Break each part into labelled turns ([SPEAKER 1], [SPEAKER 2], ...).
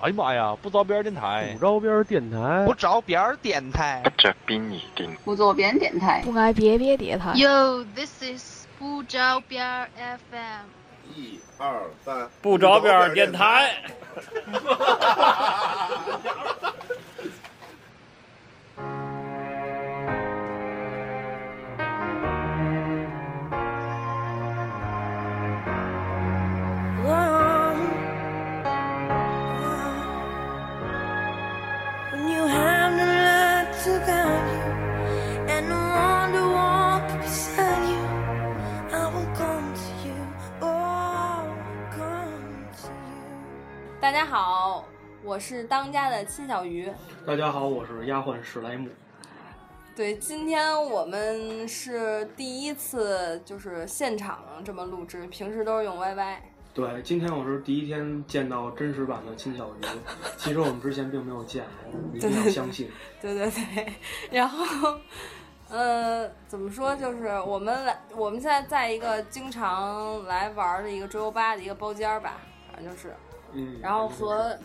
[SPEAKER 1] 哎呀妈呀，不着边儿电台
[SPEAKER 2] 不，着边儿电台
[SPEAKER 3] 不，着边儿电台
[SPEAKER 4] 不，着边一定。
[SPEAKER 5] 不做边电台。
[SPEAKER 6] 不挨别别叠台，
[SPEAKER 7] Yo, this is 不着边儿 FM。
[SPEAKER 8] 一二三，
[SPEAKER 9] 不着边儿电台。
[SPEAKER 10] When you have no light to guide you and no one to walk beside you, I will come to you. Oh, come to you.
[SPEAKER 11] 大家好，我是当家的七小鱼。
[SPEAKER 9] 大家好，我是丫鬟史莱姆。
[SPEAKER 11] 对，今天我们是第一次就是现场这么录制，平时都是用 YY。
[SPEAKER 9] 对，今天我是第一天见到真实版的金小鱼，其实我们之前并没有见过，一定要相信。
[SPEAKER 11] 对对对，然后，呃，怎么说？就是我们来，我们现在在一个经常来玩的一个桌游吧的一个包间儿吧，反正就是，
[SPEAKER 9] 嗯，
[SPEAKER 11] 然后和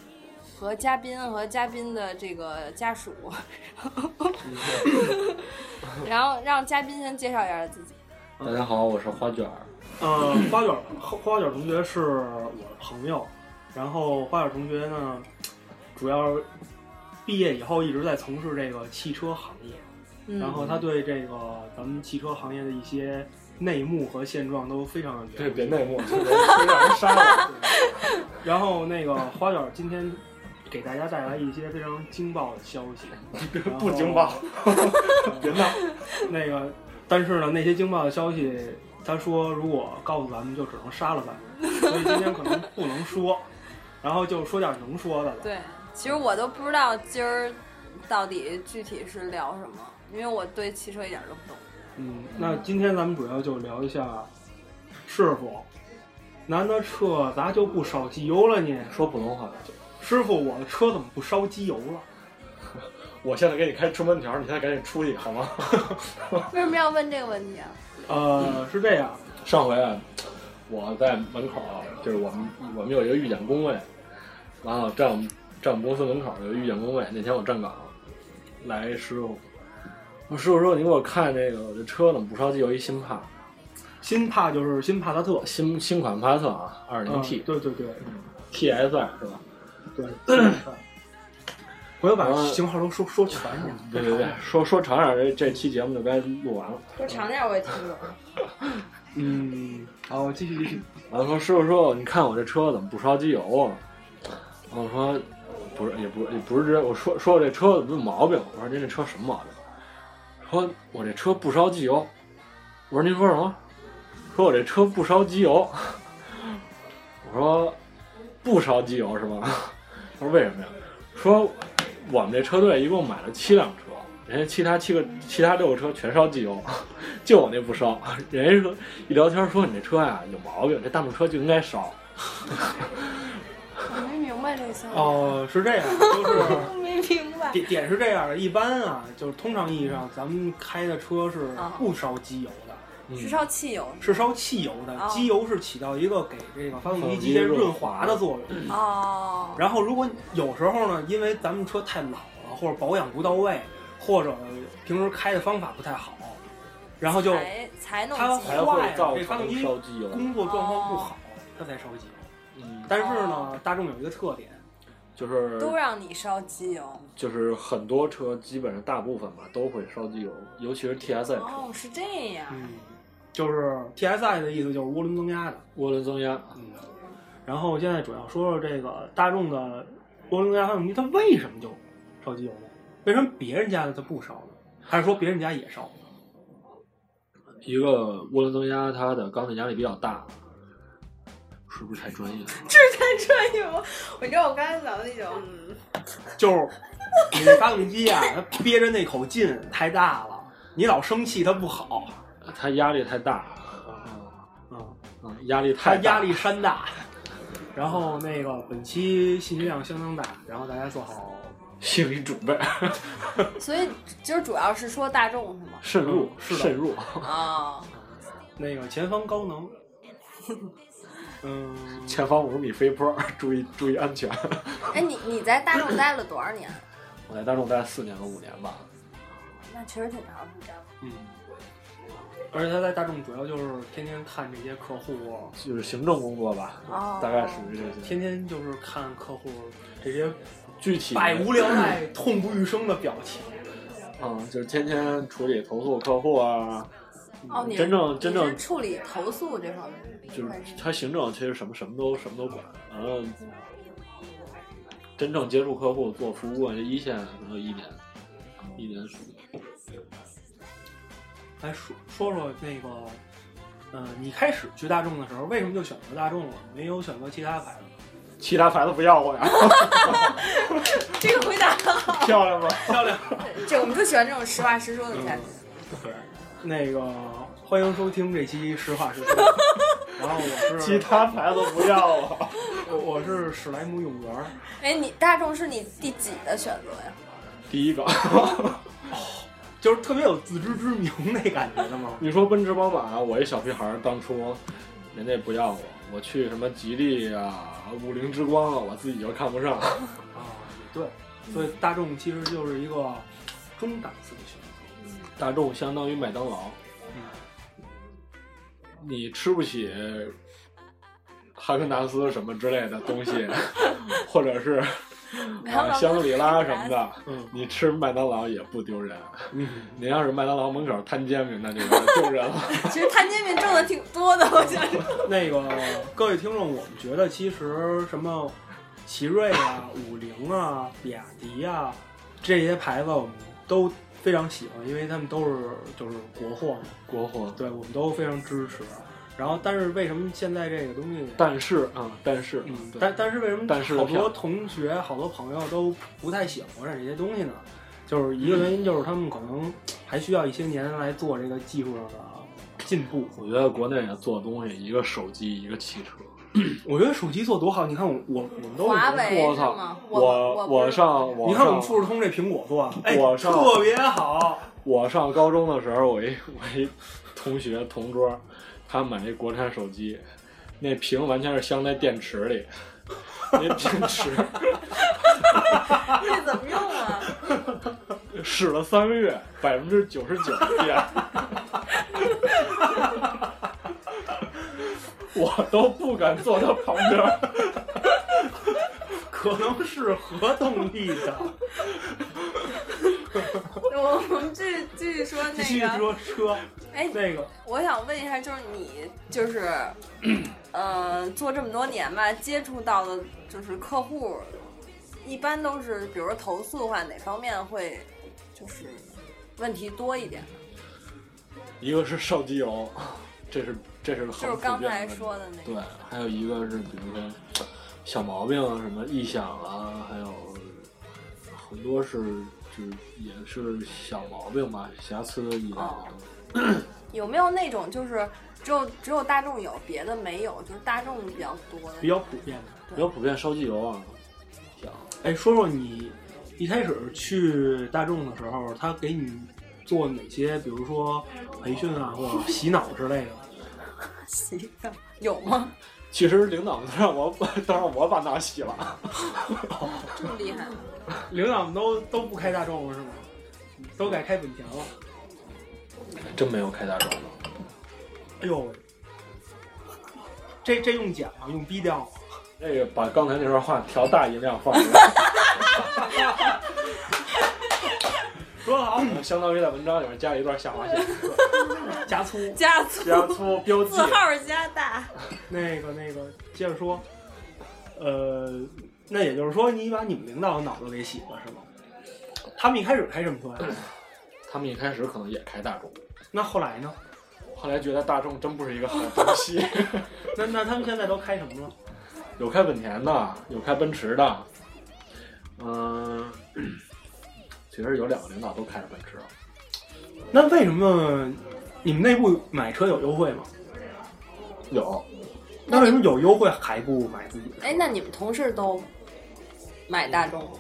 [SPEAKER 11] 和嘉宾和嘉宾的这个家属，
[SPEAKER 9] 嗯
[SPEAKER 11] 然后让嘉宾先介绍一下自己。
[SPEAKER 9] 大家好，我是花卷。呃，花卷花花卷同学是我的朋友，然后花卷同学呢，主要毕业以后一直在从事这个汽车行业，
[SPEAKER 11] 嗯
[SPEAKER 9] 然后他对这个咱们汽车行业的一些内幕和现状都非常了解。
[SPEAKER 2] 内幕，这别让人杀了。
[SPEAKER 9] 然后那个花卷今天给大家带来一些非常惊爆的消息，
[SPEAKER 2] 不惊爆，
[SPEAKER 9] 别闹。那个，但是呢，那些惊爆的消息，他说如果告诉咱们，就只能杀了咱们，所以今天可能不能说。然后就说点能说的了。
[SPEAKER 11] 对，其实我都不知道今儿到底具体是聊什么，因为我对汽车一点都不懂。
[SPEAKER 9] 嗯，那今天咱们主要就聊一下，师傅，难得车咋就不烧机油了呢？
[SPEAKER 2] 说普通话，
[SPEAKER 9] 师傅，我的车怎么不烧机油了？
[SPEAKER 2] 我现在给你开出门条，你现在赶紧出去好吗？
[SPEAKER 11] 为什么要问这个问题啊？
[SPEAKER 2] 嗯
[SPEAKER 9] 呃，是这样，
[SPEAKER 2] 上回啊，我在门口，啊就是我们我们有一个预检工位，完了站我们站我们公司门口有一个预检工位。那天我站岗，来一师傅，我师傅说你给我看这个我这车怎么不烧机油一新帕，
[SPEAKER 9] 新帕就是新帕萨特，
[SPEAKER 2] 新 新款帕萨特啊，二零
[SPEAKER 9] 嗯
[SPEAKER 2] T
[SPEAKER 9] 对对对
[SPEAKER 2] T S R 是吧？
[SPEAKER 9] 对。对回头把
[SPEAKER 2] 嗯
[SPEAKER 9] 型号都说说全了。
[SPEAKER 2] 对对对，说说长点，这这期节目就该录完了。
[SPEAKER 11] 说长点我也听不懂。
[SPEAKER 9] 嗯，好，继续继续。
[SPEAKER 2] 完了说师傅说，你看我这车怎么不烧机油啊？完我说不是，也不也不是这，我说说我这车有毛病。我说您这车什么毛病？说我这车不烧机油。我说您说什么？说我这车不烧机油。我说不烧机油是吗？我说为什么呀？说我们这车队一共买了七辆车，人家其他七个其他六个车全烧机油，就我那不烧。人家说一聊天说你这车呀、有毛病，这大众车就应该烧。
[SPEAKER 11] 我没明白这个消息，
[SPEAKER 9] 哦，是这样，就是
[SPEAKER 11] 没明白。
[SPEAKER 9] 点点是这样的。一般啊，就是通常意义上，咱们开的车是
[SPEAKER 11] 啊
[SPEAKER 9] 不烧机油的，
[SPEAKER 2] 嗯
[SPEAKER 11] 是烧汽油
[SPEAKER 9] 是烧汽油的。
[SPEAKER 11] 哦
[SPEAKER 9] 机油是起到一个给这个发嗯动
[SPEAKER 2] 发动
[SPEAKER 9] 机
[SPEAKER 2] 机
[SPEAKER 9] 机械
[SPEAKER 2] 润
[SPEAKER 9] 润
[SPEAKER 2] 滑
[SPEAKER 9] 滑的作用。
[SPEAKER 11] 哦，
[SPEAKER 9] 然后如果有时候呢，因为咱们车太老了，或者保养不到位，或者平时开的方法不太好，然后就
[SPEAKER 11] 才才弄
[SPEAKER 9] 它
[SPEAKER 11] 机
[SPEAKER 9] 还
[SPEAKER 2] 才
[SPEAKER 11] 油
[SPEAKER 9] 会
[SPEAKER 2] 会
[SPEAKER 9] 造
[SPEAKER 2] 造
[SPEAKER 9] 成
[SPEAKER 2] 成
[SPEAKER 9] 烧
[SPEAKER 2] 烧机油。
[SPEAKER 9] 工作状况不好，它才烧机油。
[SPEAKER 2] 嗯，
[SPEAKER 9] 但是呢
[SPEAKER 11] 哦，
[SPEAKER 9] 大众有一个特点，
[SPEAKER 2] 就是
[SPEAKER 11] 都让你烧机油。
[SPEAKER 2] 就是很多车基本上大部分吧都会烧机油，尤其是 T S I 车，
[SPEAKER 11] 哦，是这样。
[SPEAKER 9] 嗯，就是 TSI 的意思就是涡轮增压的。
[SPEAKER 2] 涡轮增压。
[SPEAKER 9] 嗯，然后现在主要说说这个大众的涡轮增压发动机，它为什么就烧机油呢？为什么别人家的它不烧呢？还是说别人家也烧？
[SPEAKER 2] 一个涡轮增压它的缸内压力比较大，是不是太专业了？
[SPEAKER 11] 这有，我知道我刚才想的那种，嗯
[SPEAKER 9] 就是你这发动机啊，它憋着那口劲太大了，你老生气它不好
[SPEAKER 2] 它压力太大，
[SPEAKER 9] 嗯，
[SPEAKER 2] 嗯，压力
[SPEAKER 9] 它
[SPEAKER 2] 太大
[SPEAKER 9] 压力山大。然后那个本期信息量相当大，然后大家做好
[SPEAKER 2] 心理准备，
[SPEAKER 11] 所以今儿主要是说大众 是吗？哦
[SPEAKER 2] 慎入，
[SPEAKER 9] 是的
[SPEAKER 2] 慎入。
[SPEAKER 11] 啊、
[SPEAKER 9] 那个前方高能。嗯，
[SPEAKER 2] 前方五十米飞坡，注意注意安全。
[SPEAKER 11] 哎，你你在大众待了多少年？啊
[SPEAKER 2] 我在大众待了四年和五年吧，
[SPEAKER 11] 那确实挺长时间了。
[SPEAKER 9] 嗯，而且他在大众主要就是天天看这些客户，
[SPEAKER 2] 就是行政工作吧，
[SPEAKER 11] 哦
[SPEAKER 2] 大概属于这些。
[SPEAKER 9] 天天就是看客户这些
[SPEAKER 2] 具体
[SPEAKER 9] 百无聊赖、痛不欲生的表情。
[SPEAKER 2] 嗯，就是天天处理投诉客户啊。
[SPEAKER 11] 哦，你
[SPEAKER 2] 真正真
[SPEAKER 11] 你
[SPEAKER 2] 正
[SPEAKER 11] 是处理投诉这方面，
[SPEAKER 2] 就是他行政其实什么什么都什么都管，完了真正接触客户做服务，这一线可能有一年，一年属于
[SPEAKER 9] 来说说说那个，呃，你开始去大众的时候，为什么就选择大众了？没有选择其他牌子？
[SPEAKER 2] 其他牌子不要我呀，
[SPEAKER 11] 这个回答，
[SPEAKER 2] 漂亮吧？
[SPEAKER 9] 漂亮。
[SPEAKER 11] 这我们就喜欢这种实话实说的感觉。
[SPEAKER 9] 那个，欢迎收听这期实话实 说。然后我
[SPEAKER 2] 其
[SPEAKER 9] 是
[SPEAKER 2] 他牌子不要我，
[SPEAKER 9] 我我是史莱姆永元儿，
[SPEAKER 11] 哎，你大众是你第几的选择呀？
[SPEAKER 2] 第一个。
[SPEAKER 9] 就是特别有自知之明那感觉的嘛。
[SPEAKER 2] 你说奔驰、宝马，我一小屁孩儿，当初人家不要我，我去什么吉利啊、五菱之光啊，我自己就看不上。
[SPEAKER 9] 啊，也对，所以大众其实就是一个中档次的选择。
[SPEAKER 2] 大众相当于麦当劳，你吃不起哈根达斯什么之类的东西，或者是啊香格里拉什么的，
[SPEAKER 9] 嗯
[SPEAKER 2] 你吃麦当劳也不丢人。
[SPEAKER 9] 嗯，
[SPEAKER 2] 你要是麦当劳门口摊煎饼，那就丢人了。
[SPEAKER 11] 其实摊煎饼挣的挺多的，我觉得。
[SPEAKER 9] 那个各位听众，我们觉得其实什么奇瑞啊、五菱啊、比亚迪啊这些牌子，我们都非常喜欢，因为他们都是就是国货嘛，
[SPEAKER 2] 国货，
[SPEAKER 9] 对我们都非常支持。然后，但是为什么现在这个东西？
[SPEAKER 2] 但是啊、但是，
[SPEAKER 9] 嗯，
[SPEAKER 2] 对
[SPEAKER 9] 但但是为什么
[SPEAKER 2] 但是
[SPEAKER 9] 好
[SPEAKER 2] 票
[SPEAKER 9] 多同学、好多朋友都不太喜欢这些东西呢？就是一个原因，就是他们可能还需要一些年来做这个技术上的进步。
[SPEAKER 2] 我觉得国内也做东西，一个手机，一个汽车。
[SPEAKER 9] 我觉得手机做多好，你看我我我们都
[SPEAKER 11] 华
[SPEAKER 9] 是。
[SPEAKER 11] 为
[SPEAKER 2] 我
[SPEAKER 11] 是
[SPEAKER 2] 操
[SPEAKER 11] 吗？！
[SPEAKER 2] 我
[SPEAKER 11] 我不是
[SPEAKER 2] 上我
[SPEAKER 9] 你看我
[SPEAKER 2] 上
[SPEAKER 9] 们富士通这苹果做的，哎，
[SPEAKER 2] 我上
[SPEAKER 9] 特别好。
[SPEAKER 2] 我上高中的时候，我一我一同学同桌，他买一国产手机，那屏完全是镶在电池里，那电 池
[SPEAKER 11] 这怎么用啊？
[SPEAKER 2] 使了三个月，百分之九十九的电，我都不敢坐他旁边儿。
[SPEAKER 9] 可能是合同力的。
[SPEAKER 11] 我我们继续继续说
[SPEAKER 9] 继续
[SPEAKER 11] 那个，
[SPEAKER 9] 说车，
[SPEAKER 11] 哎，
[SPEAKER 9] 那个
[SPEAKER 11] 我想问一下，就是你就是，呃，做这么多年吧，接触到的就是客户，一般都是，比如说投诉的话，哪方面会就是问题多一点？
[SPEAKER 2] 一个是烧机油，这是这是
[SPEAKER 11] 就
[SPEAKER 2] 很
[SPEAKER 11] 是
[SPEAKER 2] 普
[SPEAKER 11] 刚
[SPEAKER 2] 遍
[SPEAKER 11] 才
[SPEAKER 2] 的问题
[SPEAKER 11] 说的那个，
[SPEAKER 2] 对，还有一个是比如说小毛病啊，什么异响啊，还有很多是就是也是小毛病吧，瑕疵一类的东西。
[SPEAKER 11] 有没有那种就是只有只有大众有，别的没有，就是大众比较多的
[SPEAKER 9] 比？较普遍的。
[SPEAKER 2] 比较普遍烧机油啊，响
[SPEAKER 9] 哎，说说你一开始去大众的时候，他给你做哪些，比如说培训啊，或者洗脑之类的？
[SPEAKER 11] 洗澡有吗？
[SPEAKER 2] 其实领导们都让我都让我把那洗了，
[SPEAKER 11] 这么厉害吗？
[SPEAKER 9] 领导们都都不开大众了是吗？都改开本田了。
[SPEAKER 2] 真没有开大众的。
[SPEAKER 9] 哎呦喂，这这用假吗？用低调吗？
[SPEAKER 2] 那个把刚才那段话调大音量放出
[SPEAKER 9] 说好，
[SPEAKER 2] 来，相当于在文章里面加了一段下划线，
[SPEAKER 9] 加粗。
[SPEAKER 11] 加粗
[SPEAKER 2] 加粗标记
[SPEAKER 11] 字。号加大，
[SPEAKER 9] 那个那个，接着说，呃，那也就是说，你把你们领导的脑子给洗了是吗？
[SPEAKER 11] 嗯
[SPEAKER 9] 他们一开始开什么车呀？
[SPEAKER 2] 他们一开始可能也开大众，
[SPEAKER 9] 那后来呢？
[SPEAKER 2] 后来觉得大众真不是一个好东西。
[SPEAKER 9] 那那他们现在都开什么了？
[SPEAKER 2] 有开本田的，有开奔驰的，嗯、其实有两个领导都开着奔驰，
[SPEAKER 9] 那为什么你们内部买车有优惠吗？
[SPEAKER 2] 有
[SPEAKER 9] 那为什么有优惠还不买自己的？
[SPEAKER 11] 哎，那你们同事都买大众吗？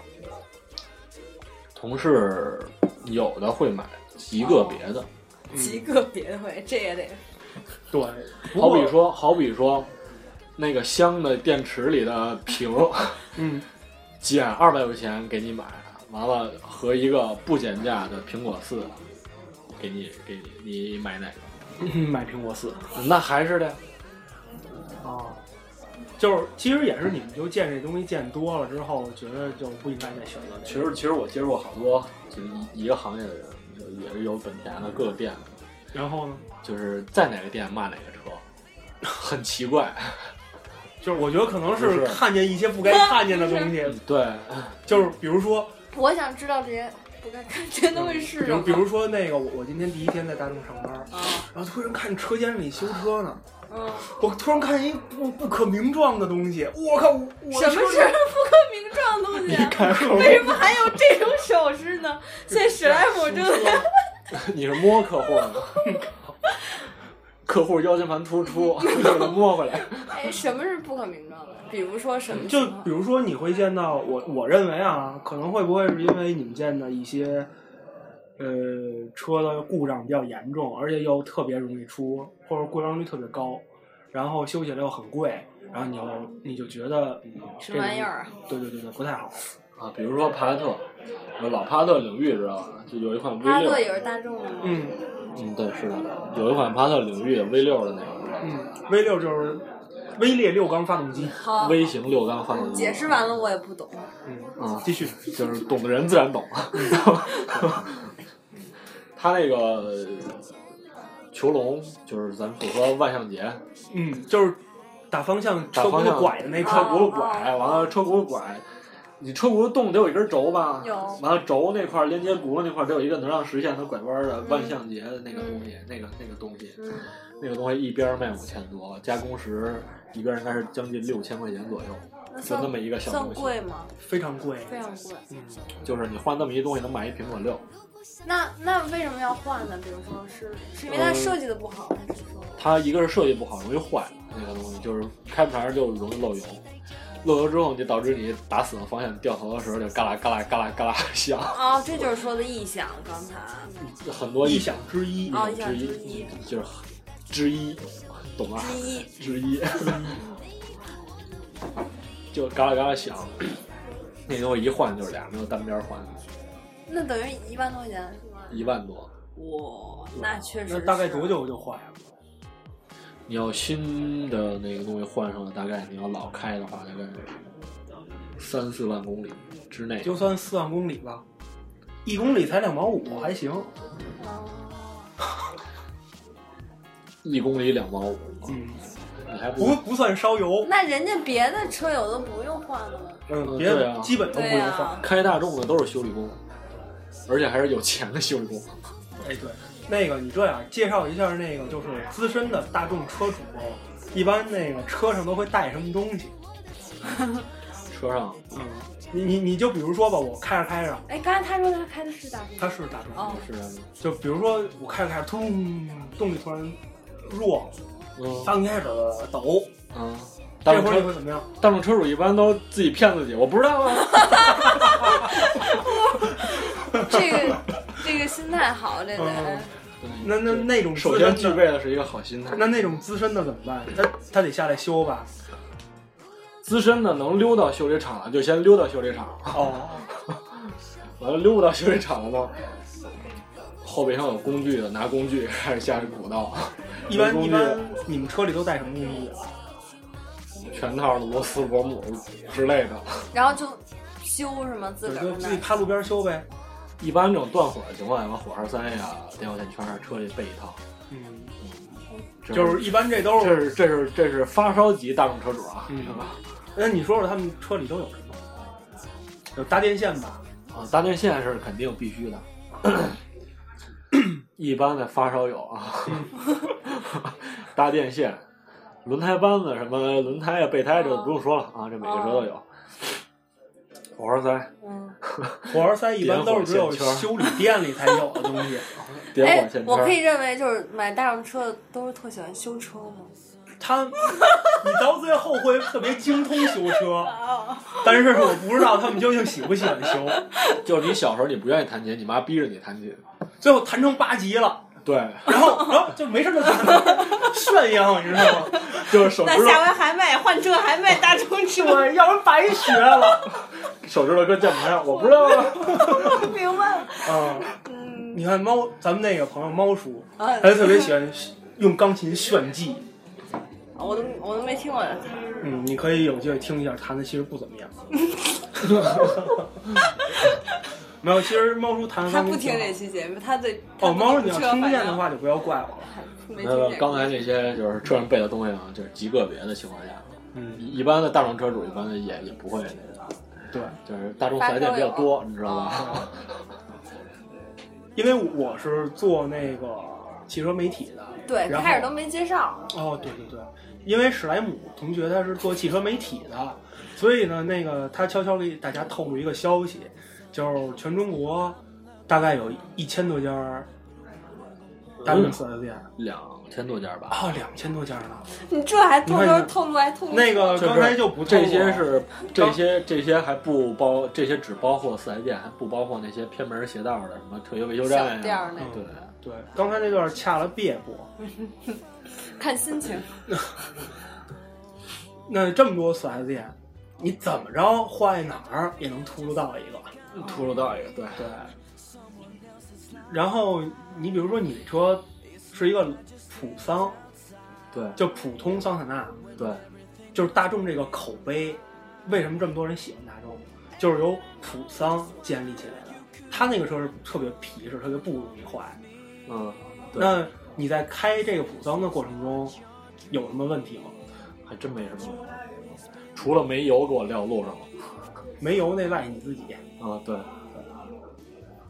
[SPEAKER 2] 同事有的会买极个别的，
[SPEAKER 11] 极个别的会，这也得
[SPEAKER 9] 嗯对，
[SPEAKER 2] 好比说好比说，那个箱的电池里的瓶儿
[SPEAKER 9] 嗯，
[SPEAKER 2] 减二百块钱给你买，完了和一个不减价的苹果四，给你给你你买哪个？
[SPEAKER 9] 嗯买苹果四
[SPEAKER 2] 那还是的呀，
[SPEAKER 9] 啊，就是其实也是你们就见这东西见多了之后，觉得就不应该再选择
[SPEAKER 2] 其
[SPEAKER 9] 这个。
[SPEAKER 2] 实其实我接触过好多就是一个行业的人，就也是有本田的各个店的，
[SPEAKER 9] 然后呢，
[SPEAKER 2] 就是在哪个店卖哪个车，很奇怪。
[SPEAKER 9] 就是我觉得可能
[SPEAKER 2] 不
[SPEAKER 9] 是
[SPEAKER 2] 是
[SPEAKER 9] 看见一些不 该看见的东西，
[SPEAKER 2] 对，
[SPEAKER 9] 就是比如说，
[SPEAKER 10] 我想知道这些不该看这些东西是
[SPEAKER 9] 比
[SPEAKER 10] 什
[SPEAKER 9] 如
[SPEAKER 2] 嗯
[SPEAKER 10] 么。
[SPEAKER 9] 比如说那个我我今天第一天在大众上班，
[SPEAKER 10] 啊，
[SPEAKER 9] 然后突然看车间里修车呢，
[SPEAKER 10] 嗯，
[SPEAKER 9] 我突然看一不不可名状的东西，我靠，我我
[SPEAKER 10] 什
[SPEAKER 9] 的
[SPEAKER 10] 么是
[SPEAKER 9] 车
[SPEAKER 10] 不
[SPEAKER 9] 间
[SPEAKER 10] 可名状的东西啊？
[SPEAKER 9] 开口
[SPEAKER 10] 为什么还有这种手势呢？现在史莱姆正在
[SPEAKER 2] 你是摸客户 呢，客户腰间盘 突出，你给他摸回来。
[SPEAKER 10] 哎，什么是不可名状的？比如说什么
[SPEAKER 9] 就
[SPEAKER 10] 情况？
[SPEAKER 9] 比如说，你会见到我，我认为啊，可能会不会是因为你们见的一些，呃，车的故障比较严重，而且又特别容易出，或者故障率特别高，然后修起来又很贵，然后你又你就觉得嗯
[SPEAKER 10] 什么玩意儿啊？
[SPEAKER 9] 这个对对对对，不太好。
[SPEAKER 2] 啊，比如说帕萨特，有老帕萨特领域知道吧？就有一款 V
[SPEAKER 10] 哈勒
[SPEAKER 2] 六，
[SPEAKER 10] 也是大众的吗？
[SPEAKER 9] 嗯
[SPEAKER 2] 嗯，对，是的，有一款帕萨特领域 V 六的那个
[SPEAKER 9] 嗯，V 六就是微裂六缸发动机。
[SPEAKER 10] 好，
[SPEAKER 2] 微型六缸发动机，
[SPEAKER 10] 解释完了我也不懂。
[SPEAKER 9] 嗯，
[SPEAKER 2] 啊，
[SPEAKER 9] 继续。
[SPEAKER 2] 就是懂的人自然懂。 他那个囚笼，就是咱们说万向节，
[SPEAKER 9] 嗯，就是打方向
[SPEAKER 2] 打
[SPEAKER 9] 车轱
[SPEAKER 2] 方
[SPEAKER 9] 辘
[SPEAKER 2] 向
[SPEAKER 9] 拐的那
[SPEAKER 2] 那
[SPEAKER 9] 个。
[SPEAKER 2] 车轱辘拐，哎完了车轱辘拐，你车轱辘动得有一根轴吧？
[SPEAKER 10] 有
[SPEAKER 2] 完了轴那块儿连接轱辘那块儿得有一个能让实现它拐弯的万向节的那个东西，那个那个东西，
[SPEAKER 10] 嗯，
[SPEAKER 2] 那个东西一边儿卖五千多，加工时一边儿应该是将近六千块钱左右，
[SPEAKER 10] 那
[SPEAKER 2] 就
[SPEAKER 10] 算
[SPEAKER 2] 那么一个小
[SPEAKER 10] 算
[SPEAKER 2] 东
[SPEAKER 10] 贵
[SPEAKER 2] 西，
[SPEAKER 10] 吗？
[SPEAKER 9] 非常贵。
[SPEAKER 10] 非常贵。
[SPEAKER 9] 嗯，
[SPEAKER 2] 就是你换那么一东西能买一苹果六，
[SPEAKER 10] 那那为什么要换呢？比如说是是因为它
[SPEAKER 2] 呃
[SPEAKER 10] 设计的不好，还是说
[SPEAKER 2] 它一个是设计不好，容易坏，那个东西就是开不长时间就容易漏油。漏油之后，你就导致你打死的方向掉头的时候就嘎啦嘎啦嘎啦嘎啦响，
[SPEAKER 10] 哦，这就是说的异响。刚才
[SPEAKER 2] 很多
[SPEAKER 9] 臆
[SPEAKER 2] 异
[SPEAKER 9] 想之一。
[SPEAKER 10] 哦
[SPEAKER 2] 之
[SPEAKER 10] 一项之
[SPEAKER 2] 一
[SPEAKER 10] 一，
[SPEAKER 2] 就是之一，懂吗？
[SPEAKER 10] 之一，
[SPEAKER 2] 之一，就嘎啦嘎啦响。那东西一换就是俩，没有单边换，
[SPEAKER 10] 那等于一万多块钱是吗？
[SPEAKER 2] 一万多。
[SPEAKER 10] 哇，那确实
[SPEAKER 9] 那
[SPEAKER 10] 是。
[SPEAKER 9] 大概多久就坏了？
[SPEAKER 2] 你要新的那个东西换上了，大概你要老开的话，大概三四万公里之内。
[SPEAKER 9] 就算四万公里吧，一公里才两毛五，还行。
[SPEAKER 10] 哦？
[SPEAKER 2] 一公里两毛五，啊
[SPEAKER 9] 嗯，
[SPEAKER 2] 你还
[SPEAKER 9] 不
[SPEAKER 2] 不
[SPEAKER 9] 不算烧油。
[SPEAKER 10] 那人家别的车友都不用换了吗？
[SPEAKER 9] 嗯，
[SPEAKER 2] 嗯
[SPEAKER 9] 别
[SPEAKER 2] 对啊
[SPEAKER 9] 基本都不
[SPEAKER 10] 对
[SPEAKER 9] 用
[SPEAKER 10] 呀、
[SPEAKER 9] 换。
[SPEAKER 2] 开大众的都是修理工，而且还是有钱的修理工。
[SPEAKER 9] 哎，对，那个你这样介绍一下，那个就是资深的大众车主，哦一般那个车上都会带什么东西？
[SPEAKER 2] 车上
[SPEAKER 9] 嗯，你你你就比如说吧，我开着开着，
[SPEAKER 10] 哎，刚才他说他开的是大众，
[SPEAKER 9] 它是大众，
[SPEAKER 10] 哦，
[SPEAKER 2] 是，啊
[SPEAKER 9] 就比如说我开着开着，通动力突然弱，
[SPEAKER 2] 嗯
[SPEAKER 9] 发动机开始抖，
[SPEAKER 2] 嗯，大
[SPEAKER 9] 这会
[SPEAKER 2] 众
[SPEAKER 9] 儿你
[SPEAKER 2] 车
[SPEAKER 9] 会怎么样？
[SPEAKER 2] 大众车主一般都自己骗自己，我不知 道啊。
[SPEAKER 10] 这个这个哎心态好，这得、
[SPEAKER 9] 嗯那那那种
[SPEAKER 2] 首
[SPEAKER 9] 资
[SPEAKER 2] 先
[SPEAKER 9] 深
[SPEAKER 2] 具
[SPEAKER 9] 的，
[SPEAKER 2] 备的是一个好心态。
[SPEAKER 9] 那那种资深的怎么办？他他得下来修吧？
[SPEAKER 2] 资深的能溜到修理厂了，就先溜到修理厂，
[SPEAKER 9] 哦，
[SPEAKER 2] 完了溜不到修理厂了呢，后备箱有工具的，拿工具开始下去鼓捣，
[SPEAKER 9] 一般
[SPEAKER 2] 没
[SPEAKER 9] 一
[SPEAKER 2] 工具
[SPEAKER 9] 般，你们车里都带什么工具啊？
[SPEAKER 2] 全套的螺丝螺母之类的。
[SPEAKER 10] 然后就修是吗？自个
[SPEAKER 9] 就
[SPEAKER 10] 儿
[SPEAKER 9] 自己
[SPEAKER 10] 那
[SPEAKER 9] 趴路边修呗。
[SPEAKER 2] 一般这种断火的情况下，火花塞呀、电火线圈啊，车里备一套。
[SPEAKER 9] 嗯，
[SPEAKER 2] 这
[SPEAKER 9] 就是一般这都
[SPEAKER 2] 这
[SPEAKER 9] 是。
[SPEAKER 2] 是这是这是发烧级大众车主啊，
[SPEAKER 9] 嗯
[SPEAKER 2] 是吧？
[SPEAKER 9] 那你说说他们车里都有什么？有搭电线吧？
[SPEAKER 2] 啊，搭电线是肯定必须的。 一般的发烧友啊，
[SPEAKER 10] 嗯
[SPEAKER 2] 搭电线、轮胎扳子什么轮胎啊、备胎这个不用说了啊，这每
[SPEAKER 10] 哦
[SPEAKER 2] 个车都有。火花塞、
[SPEAKER 10] 嗯，
[SPEAKER 9] 火 花塞一般都是只有
[SPEAKER 2] 点火线圈
[SPEAKER 9] 修理店里才有的东西。
[SPEAKER 2] 点火
[SPEAKER 10] 哎
[SPEAKER 2] 线，
[SPEAKER 10] 我可以
[SPEAKER 2] 圈，
[SPEAKER 10] 认为就是买大众车的都是特喜欢修车吗？
[SPEAKER 9] 他，你到最后会特别精通修车，
[SPEAKER 10] 哦，
[SPEAKER 9] 但是我不知道他们究竟喜不喜欢修。
[SPEAKER 2] 就是你小时候你不愿意弹琴，你妈逼着你弹琴，
[SPEAKER 9] 最后弹成八级了，
[SPEAKER 2] 对，
[SPEAKER 9] 然后然后就没事儿就在那儿炫耀，你知道吗？
[SPEAKER 2] 就是手指
[SPEAKER 10] 那下
[SPEAKER 2] 头
[SPEAKER 10] 回还卖换车还卖大众车，
[SPEAKER 9] 对，要不然白学了。
[SPEAKER 2] 手指头搁键盘上，我不知道啊。
[SPEAKER 10] 明白了？
[SPEAKER 9] 啊，你看猫，咱们那个朋友猫叔，
[SPEAKER 10] 嗯啊，
[SPEAKER 9] 他就特别喜欢用钢琴炫技。
[SPEAKER 10] 我都我都没听过呢。
[SPEAKER 9] 嗯，你可以有机会听一下，弹的其实不怎 么样。没有，其实猫叔弹的
[SPEAKER 10] 他
[SPEAKER 9] 钢琴
[SPEAKER 10] 不听
[SPEAKER 9] 挺好
[SPEAKER 10] 这期节目，他对
[SPEAKER 9] 哦，猫叔，
[SPEAKER 10] 是
[SPEAKER 9] 你要听不见的，话就不要怪我了。
[SPEAKER 10] 没
[SPEAKER 2] 没
[SPEAKER 10] 听
[SPEAKER 2] 有
[SPEAKER 10] 见。
[SPEAKER 2] 刚才那些就是车上背的东西啊，就是极个别的情况下，啊
[SPEAKER 9] 嗯，
[SPEAKER 2] 一一般的大众车主一般的也也不会那个，
[SPEAKER 9] 对，
[SPEAKER 2] 就是大众四 S 店比较多，你知道吧？
[SPEAKER 10] 哦
[SPEAKER 9] 因为我是做那个汽车媒体的，
[SPEAKER 10] 对，
[SPEAKER 9] 然后
[SPEAKER 10] 开始都没介绍，
[SPEAKER 9] 哦，对对对，因为史莱姆同学他是做汽车媒体的，所以呢，那个他悄悄给大家透露一个消息，就是全中国大概有一千多家
[SPEAKER 2] 嗯
[SPEAKER 9] 大众四 S 店，
[SPEAKER 2] 两千多家吧。
[SPEAKER 9] 哦，两千多家呢。
[SPEAKER 10] 你这还偷
[SPEAKER 9] 你看
[SPEAKER 10] 偷
[SPEAKER 9] 你
[SPEAKER 10] 透露还透露
[SPEAKER 9] 那个
[SPEAKER 2] 就是
[SPEAKER 9] 哦刚才就不透露
[SPEAKER 2] 这
[SPEAKER 9] 了
[SPEAKER 2] 些是这些这些还不包，这些只包括四 S 店，还不包括那些偏门邪道的什么退休维修
[SPEAKER 10] 小
[SPEAKER 2] 站
[SPEAKER 10] 店
[SPEAKER 2] 呀
[SPEAKER 10] 儿。那
[SPEAKER 9] 嗯
[SPEAKER 10] 个，
[SPEAKER 2] 对，
[SPEAKER 9] 对，刚才那段掐了别播。
[SPEAKER 10] 看心情。
[SPEAKER 9] 那这么多四 S 店，你怎么着换一哪儿也能秃噜到一个。
[SPEAKER 2] 秃噜到一个，对，
[SPEAKER 9] 对。然后你比如说你车是一个普桑，
[SPEAKER 2] 对
[SPEAKER 9] 就普通桑塔纳，
[SPEAKER 2] 对，
[SPEAKER 9] 就是大众这个口碑，为什么这么多人喜欢大众？就是由普桑建立起来的。他那个车是特别皮实，特别不容易坏。
[SPEAKER 2] 嗯，对
[SPEAKER 9] 那你在开这个普桑的过程中，有什么问题吗？
[SPEAKER 2] 还真没什么，除了没油给我撂路上了。
[SPEAKER 9] 没油内外你自己。
[SPEAKER 2] 啊，对，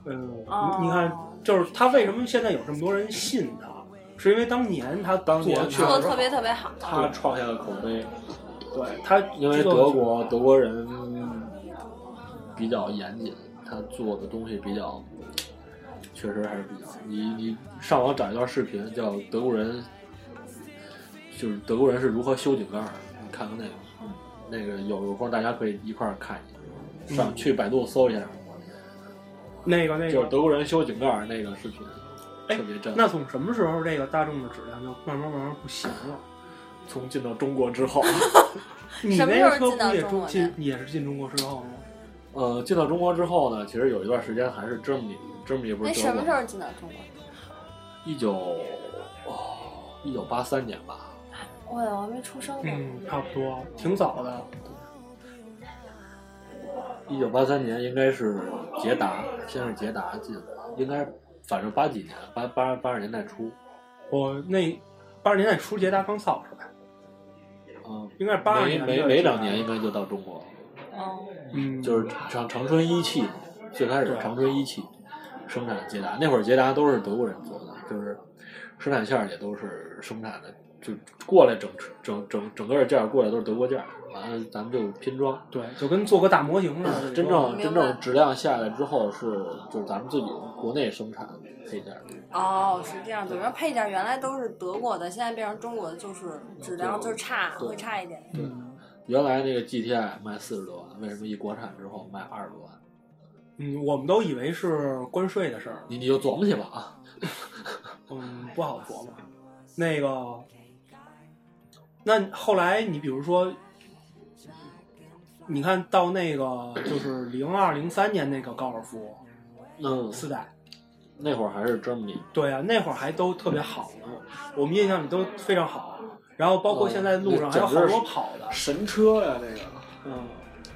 [SPEAKER 9] 嗯，
[SPEAKER 10] 哦
[SPEAKER 9] 你你看，就是他为什么现在有这么多人信他，是因为当年他
[SPEAKER 2] 当年
[SPEAKER 9] 做
[SPEAKER 2] 他
[SPEAKER 9] 确
[SPEAKER 10] 做
[SPEAKER 9] 实
[SPEAKER 10] 的特别特别好，
[SPEAKER 2] 他创下了口碑，
[SPEAKER 9] 对他
[SPEAKER 2] 因为
[SPEAKER 9] 做得
[SPEAKER 2] 德
[SPEAKER 9] 确实
[SPEAKER 2] 国德国人比较严谨，他做的东西比较，确实还是比较。你你上网找一段视频，叫德国人，就是德国人是如何修井盖儿，你看看那个，那个有有空大家可以一块儿看一下，上
[SPEAKER 9] 嗯
[SPEAKER 2] 去百度搜一下，
[SPEAKER 9] 那个那
[SPEAKER 2] 就是
[SPEAKER 9] 个，
[SPEAKER 2] 德国人修井盖儿那个视频，
[SPEAKER 9] 哎
[SPEAKER 2] 特别真。
[SPEAKER 9] 那从什么时候这个大众的质量就慢慢慢慢不行了？
[SPEAKER 2] 从进到中国之后。
[SPEAKER 9] 你
[SPEAKER 10] 什么
[SPEAKER 9] 那
[SPEAKER 10] 时候
[SPEAKER 9] 个车
[SPEAKER 10] 进到
[SPEAKER 9] 不也
[SPEAKER 10] 中国
[SPEAKER 9] 中进也是进中国之后吗？
[SPEAKER 2] 呃，进到中国之后呢，其实有一段时间还是 Germany，Germany 不
[SPEAKER 10] 那
[SPEAKER 2] 是德
[SPEAKER 10] 哎什
[SPEAKER 2] 国
[SPEAKER 10] 么时
[SPEAKER 2] 吗？
[SPEAKER 10] 候进到中国？
[SPEAKER 2] 一九一九八三年吧，
[SPEAKER 10] 我我还没出生呢。
[SPEAKER 9] 嗯，差不多，挺早的。
[SPEAKER 2] 一九八三年应该是捷达，先是捷达进的，应该反正八几年，八八八十年代初，
[SPEAKER 9] 我那八十年代初捷达刚造出来，
[SPEAKER 2] 嗯、
[SPEAKER 9] 应该是八二
[SPEAKER 2] 没
[SPEAKER 9] 年
[SPEAKER 2] 没
[SPEAKER 9] 的
[SPEAKER 2] 没
[SPEAKER 9] 捷达
[SPEAKER 2] 两年应该就到中国了，
[SPEAKER 10] 哦，
[SPEAKER 9] 嗯，
[SPEAKER 2] 就是长长春一汽嘛，最开始
[SPEAKER 9] 对
[SPEAKER 2] 长春一汽生产捷达，那会儿捷达都是德国人做的，就是生产线儿也都是生产的，就过来整整整整个件儿过来都是德国件儿，完了咱们就拼装。
[SPEAKER 9] 对，就跟做个大模型似的。
[SPEAKER 2] 真
[SPEAKER 10] 明
[SPEAKER 2] 正
[SPEAKER 10] 白
[SPEAKER 2] 真正质量下来之后是就是咱们自己国内生产配件儿，
[SPEAKER 10] 哦，是这样，等于说配件原来都是德国的，现在变成中国的，就是质量就是差，
[SPEAKER 2] 对
[SPEAKER 10] 会差一点。
[SPEAKER 9] 嗯
[SPEAKER 2] 原来那个 GTI 卖四十多万，为什么一国产之后卖二十多万？
[SPEAKER 9] 嗯，我们都以为是关税的事儿，
[SPEAKER 2] 你你就琢磨去吧啊！
[SPEAKER 9] 嗯，不好琢磨。那个，那后来你比如说，你看到那个就是零二零三年那个高尔夫
[SPEAKER 2] 嗯，
[SPEAKER 9] 四代，
[SPEAKER 2] 那会儿还是 Germany，
[SPEAKER 9] 对啊，那会儿还都特别好呢，我们印象里都非常好。然后包括现在路上还有好多跑的，
[SPEAKER 2] 神车呀、那个。
[SPEAKER 9] 嗯，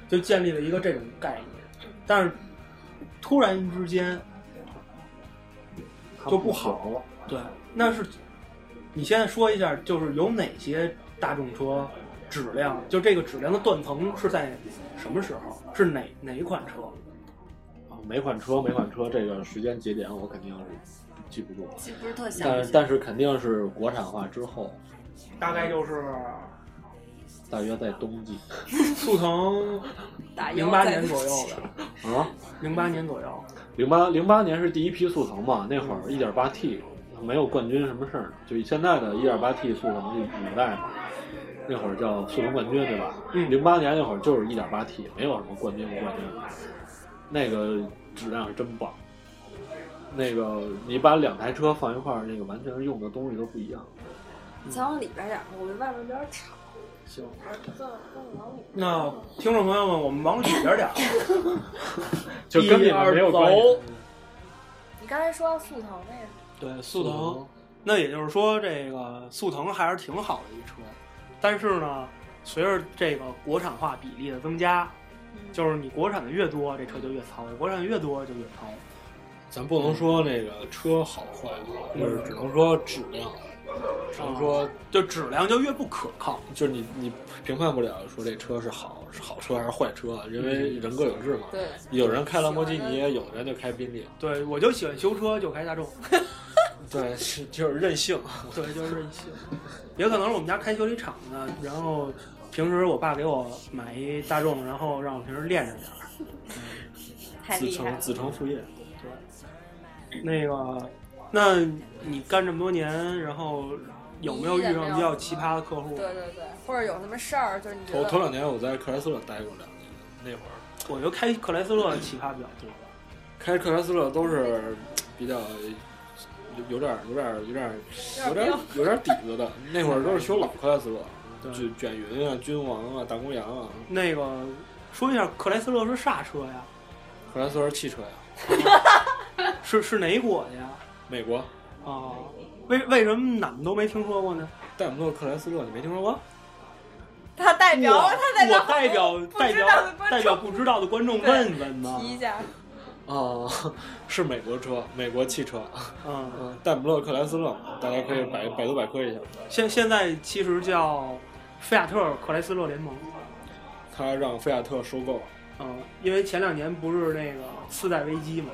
[SPEAKER 9] 就建立了一个这种概念。但是突然之间，就不好
[SPEAKER 2] 了。
[SPEAKER 9] 对，那是你现在说一下，就是有哪些大众车质量，就这个质量的断层是在什么时候？是哪哪一款车？
[SPEAKER 2] 啊每款车每款车这个时间节点我肯定是记不住，
[SPEAKER 10] 记不是特详
[SPEAKER 2] 但
[SPEAKER 10] 细。
[SPEAKER 2] 但是肯定是国产化之后，
[SPEAKER 9] 大概就是
[SPEAKER 2] 大约在冬季
[SPEAKER 9] 速腾
[SPEAKER 11] 哎
[SPEAKER 10] 打
[SPEAKER 9] 零
[SPEAKER 10] 幺
[SPEAKER 9] 八
[SPEAKER 10] 在
[SPEAKER 9] 年左右的，
[SPEAKER 2] 啊。
[SPEAKER 9] 零八年左右。
[SPEAKER 2] 零八零八年是第一批速腾嘛，那会儿一点八 T 没有冠军什么事儿，就现在的一点八 T 速腾就五代嘛，那会儿叫速腾冠军对吧？
[SPEAKER 9] 嗯
[SPEAKER 2] 零八年那会儿就是一点八 T，没有什么冠军不冠军，那个质量是真棒。那个你把两台车放一块儿，那个完全用的东西都不一样。
[SPEAKER 10] 想往里边点，我们外边有点吵。
[SPEAKER 9] 行，
[SPEAKER 10] 更更往里。
[SPEAKER 9] 那听众朋友们，我们往里边点儿，啊
[SPEAKER 2] 就跟你
[SPEAKER 9] 一
[SPEAKER 2] 们
[SPEAKER 9] 二
[SPEAKER 2] 没有关系
[SPEAKER 9] 走。
[SPEAKER 10] 你刚才说到速腾那个，
[SPEAKER 9] 对，速腾。那也就是说，这个速腾还是挺好的一车，但是呢，随着这个国产化比例的增加，
[SPEAKER 10] 嗯
[SPEAKER 9] 就是你国产的越多，这车就越糙；国产的越多就越糙。
[SPEAKER 2] 咱不能说那个车好坏，啊就是只能说质量，只能说
[SPEAKER 9] 啊就质量就越不可靠。
[SPEAKER 2] 就是你你评判不了说这车是好是好车还是坏车，啊因为人各有志嘛。
[SPEAKER 10] 对，
[SPEAKER 2] 有人开兰博基尼，有的人就开宾利，
[SPEAKER 9] 对，我就喜欢修车，就开 大众。
[SPEAKER 2] 对，是就是任 性。
[SPEAKER 9] 对，就是任性。也可能是我们家开修理厂的，然后平时我爸给我买一大众，然后让我平时练着点儿，
[SPEAKER 10] 太
[SPEAKER 2] 子
[SPEAKER 10] 厉害
[SPEAKER 2] 承
[SPEAKER 10] 了。
[SPEAKER 2] 子承父业，
[SPEAKER 9] 那个，那你干这么多年，然后有没有遇上比较奇葩的客户？
[SPEAKER 10] 对对对，或者有什么事儿，就是你觉
[SPEAKER 2] 头头
[SPEAKER 10] 得
[SPEAKER 2] 两年我在克莱斯勒待过两年，那会儿
[SPEAKER 9] 我觉得开克莱斯勒奇葩比较多。
[SPEAKER 2] 开克莱斯勒都是比较有有点有点有点有点有点底子的，那会儿都是修老克莱斯勒，
[SPEAKER 9] 对
[SPEAKER 2] 卷卷云啊、君王啊、大公羊啊，
[SPEAKER 9] 那个，说一下克莱斯勒是啥车呀？
[SPEAKER 2] 克莱斯勒是汽车呀，
[SPEAKER 9] 是是哪国的呀？
[SPEAKER 2] 美国。
[SPEAKER 9] 啊、为为什么俺们都没听说过呢？
[SPEAKER 2] 戴姆勒克莱斯勒，你没听说过？
[SPEAKER 10] 他代表
[SPEAKER 9] 我
[SPEAKER 10] 他代表
[SPEAKER 9] 我代表代表
[SPEAKER 10] 的观众
[SPEAKER 9] 代表不知道的观众问问嘛
[SPEAKER 10] 提。一下，
[SPEAKER 2] 啊、 是美国车，美国汽车。
[SPEAKER 9] 嗯，
[SPEAKER 2] 嗯，戴姆勒克莱斯勒，大家可以百百度百科一下，
[SPEAKER 9] 现现在其实叫菲亚特克莱斯勒联盟。
[SPEAKER 2] 他让菲亚特收购。
[SPEAKER 9] 嗯，因为前两年不是那个次贷危机嘛，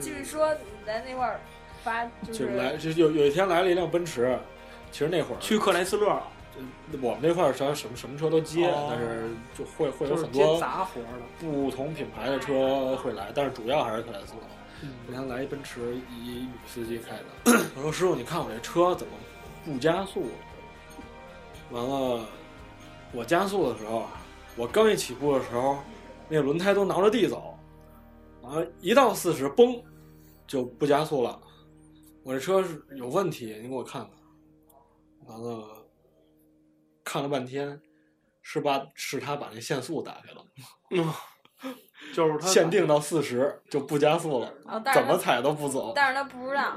[SPEAKER 10] 就是说你在那块儿发，就
[SPEAKER 2] 就是是来，就有有一天来了一辆奔驰，其实那会儿
[SPEAKER 9] 去克莱斯勒
[SPEAKER 2] 就我们那块儿什么什么什么车都接，
[SPEAKER 9] 哦
[SPEAKER 2] 但是就会会有
[SPEAKER 9] 就是
[SPEAKER 2] 很
[SPEAKER 9] 接
[SPEAKER 2] 多
[SPEAKER 9] 杂活的。
[SPEAKER 2] 不同品牌的车会来，但是主要还是克莱斯勒。那
[SPEAKER 9] 嗯，
[SPEAKER 2] 天来一奔驰，一一女司机 开的，我说师傅，你看我这车怎么不加速？完了，我加速的时候，我刚一起步的时候，那轮胎都挠着地走，完了，一到四十，嘣，就不加速了。我这车是有问题，你给我看看。完了，看了半天，是把是他把那限速打开了，
[SPEAKER 9] 就是他
[SPEAKER 2] 限定到四十就不加速了，
[SPEAKER 10] 哦，但
[SPEAKER 2] 怎
[SPEAKER 10] 是
[SPEAKER 2] 么
[SPEAKER 10] 他
[SPEAKER 2] 踩都不走，
[SPEAKER 10] 但是他不知道，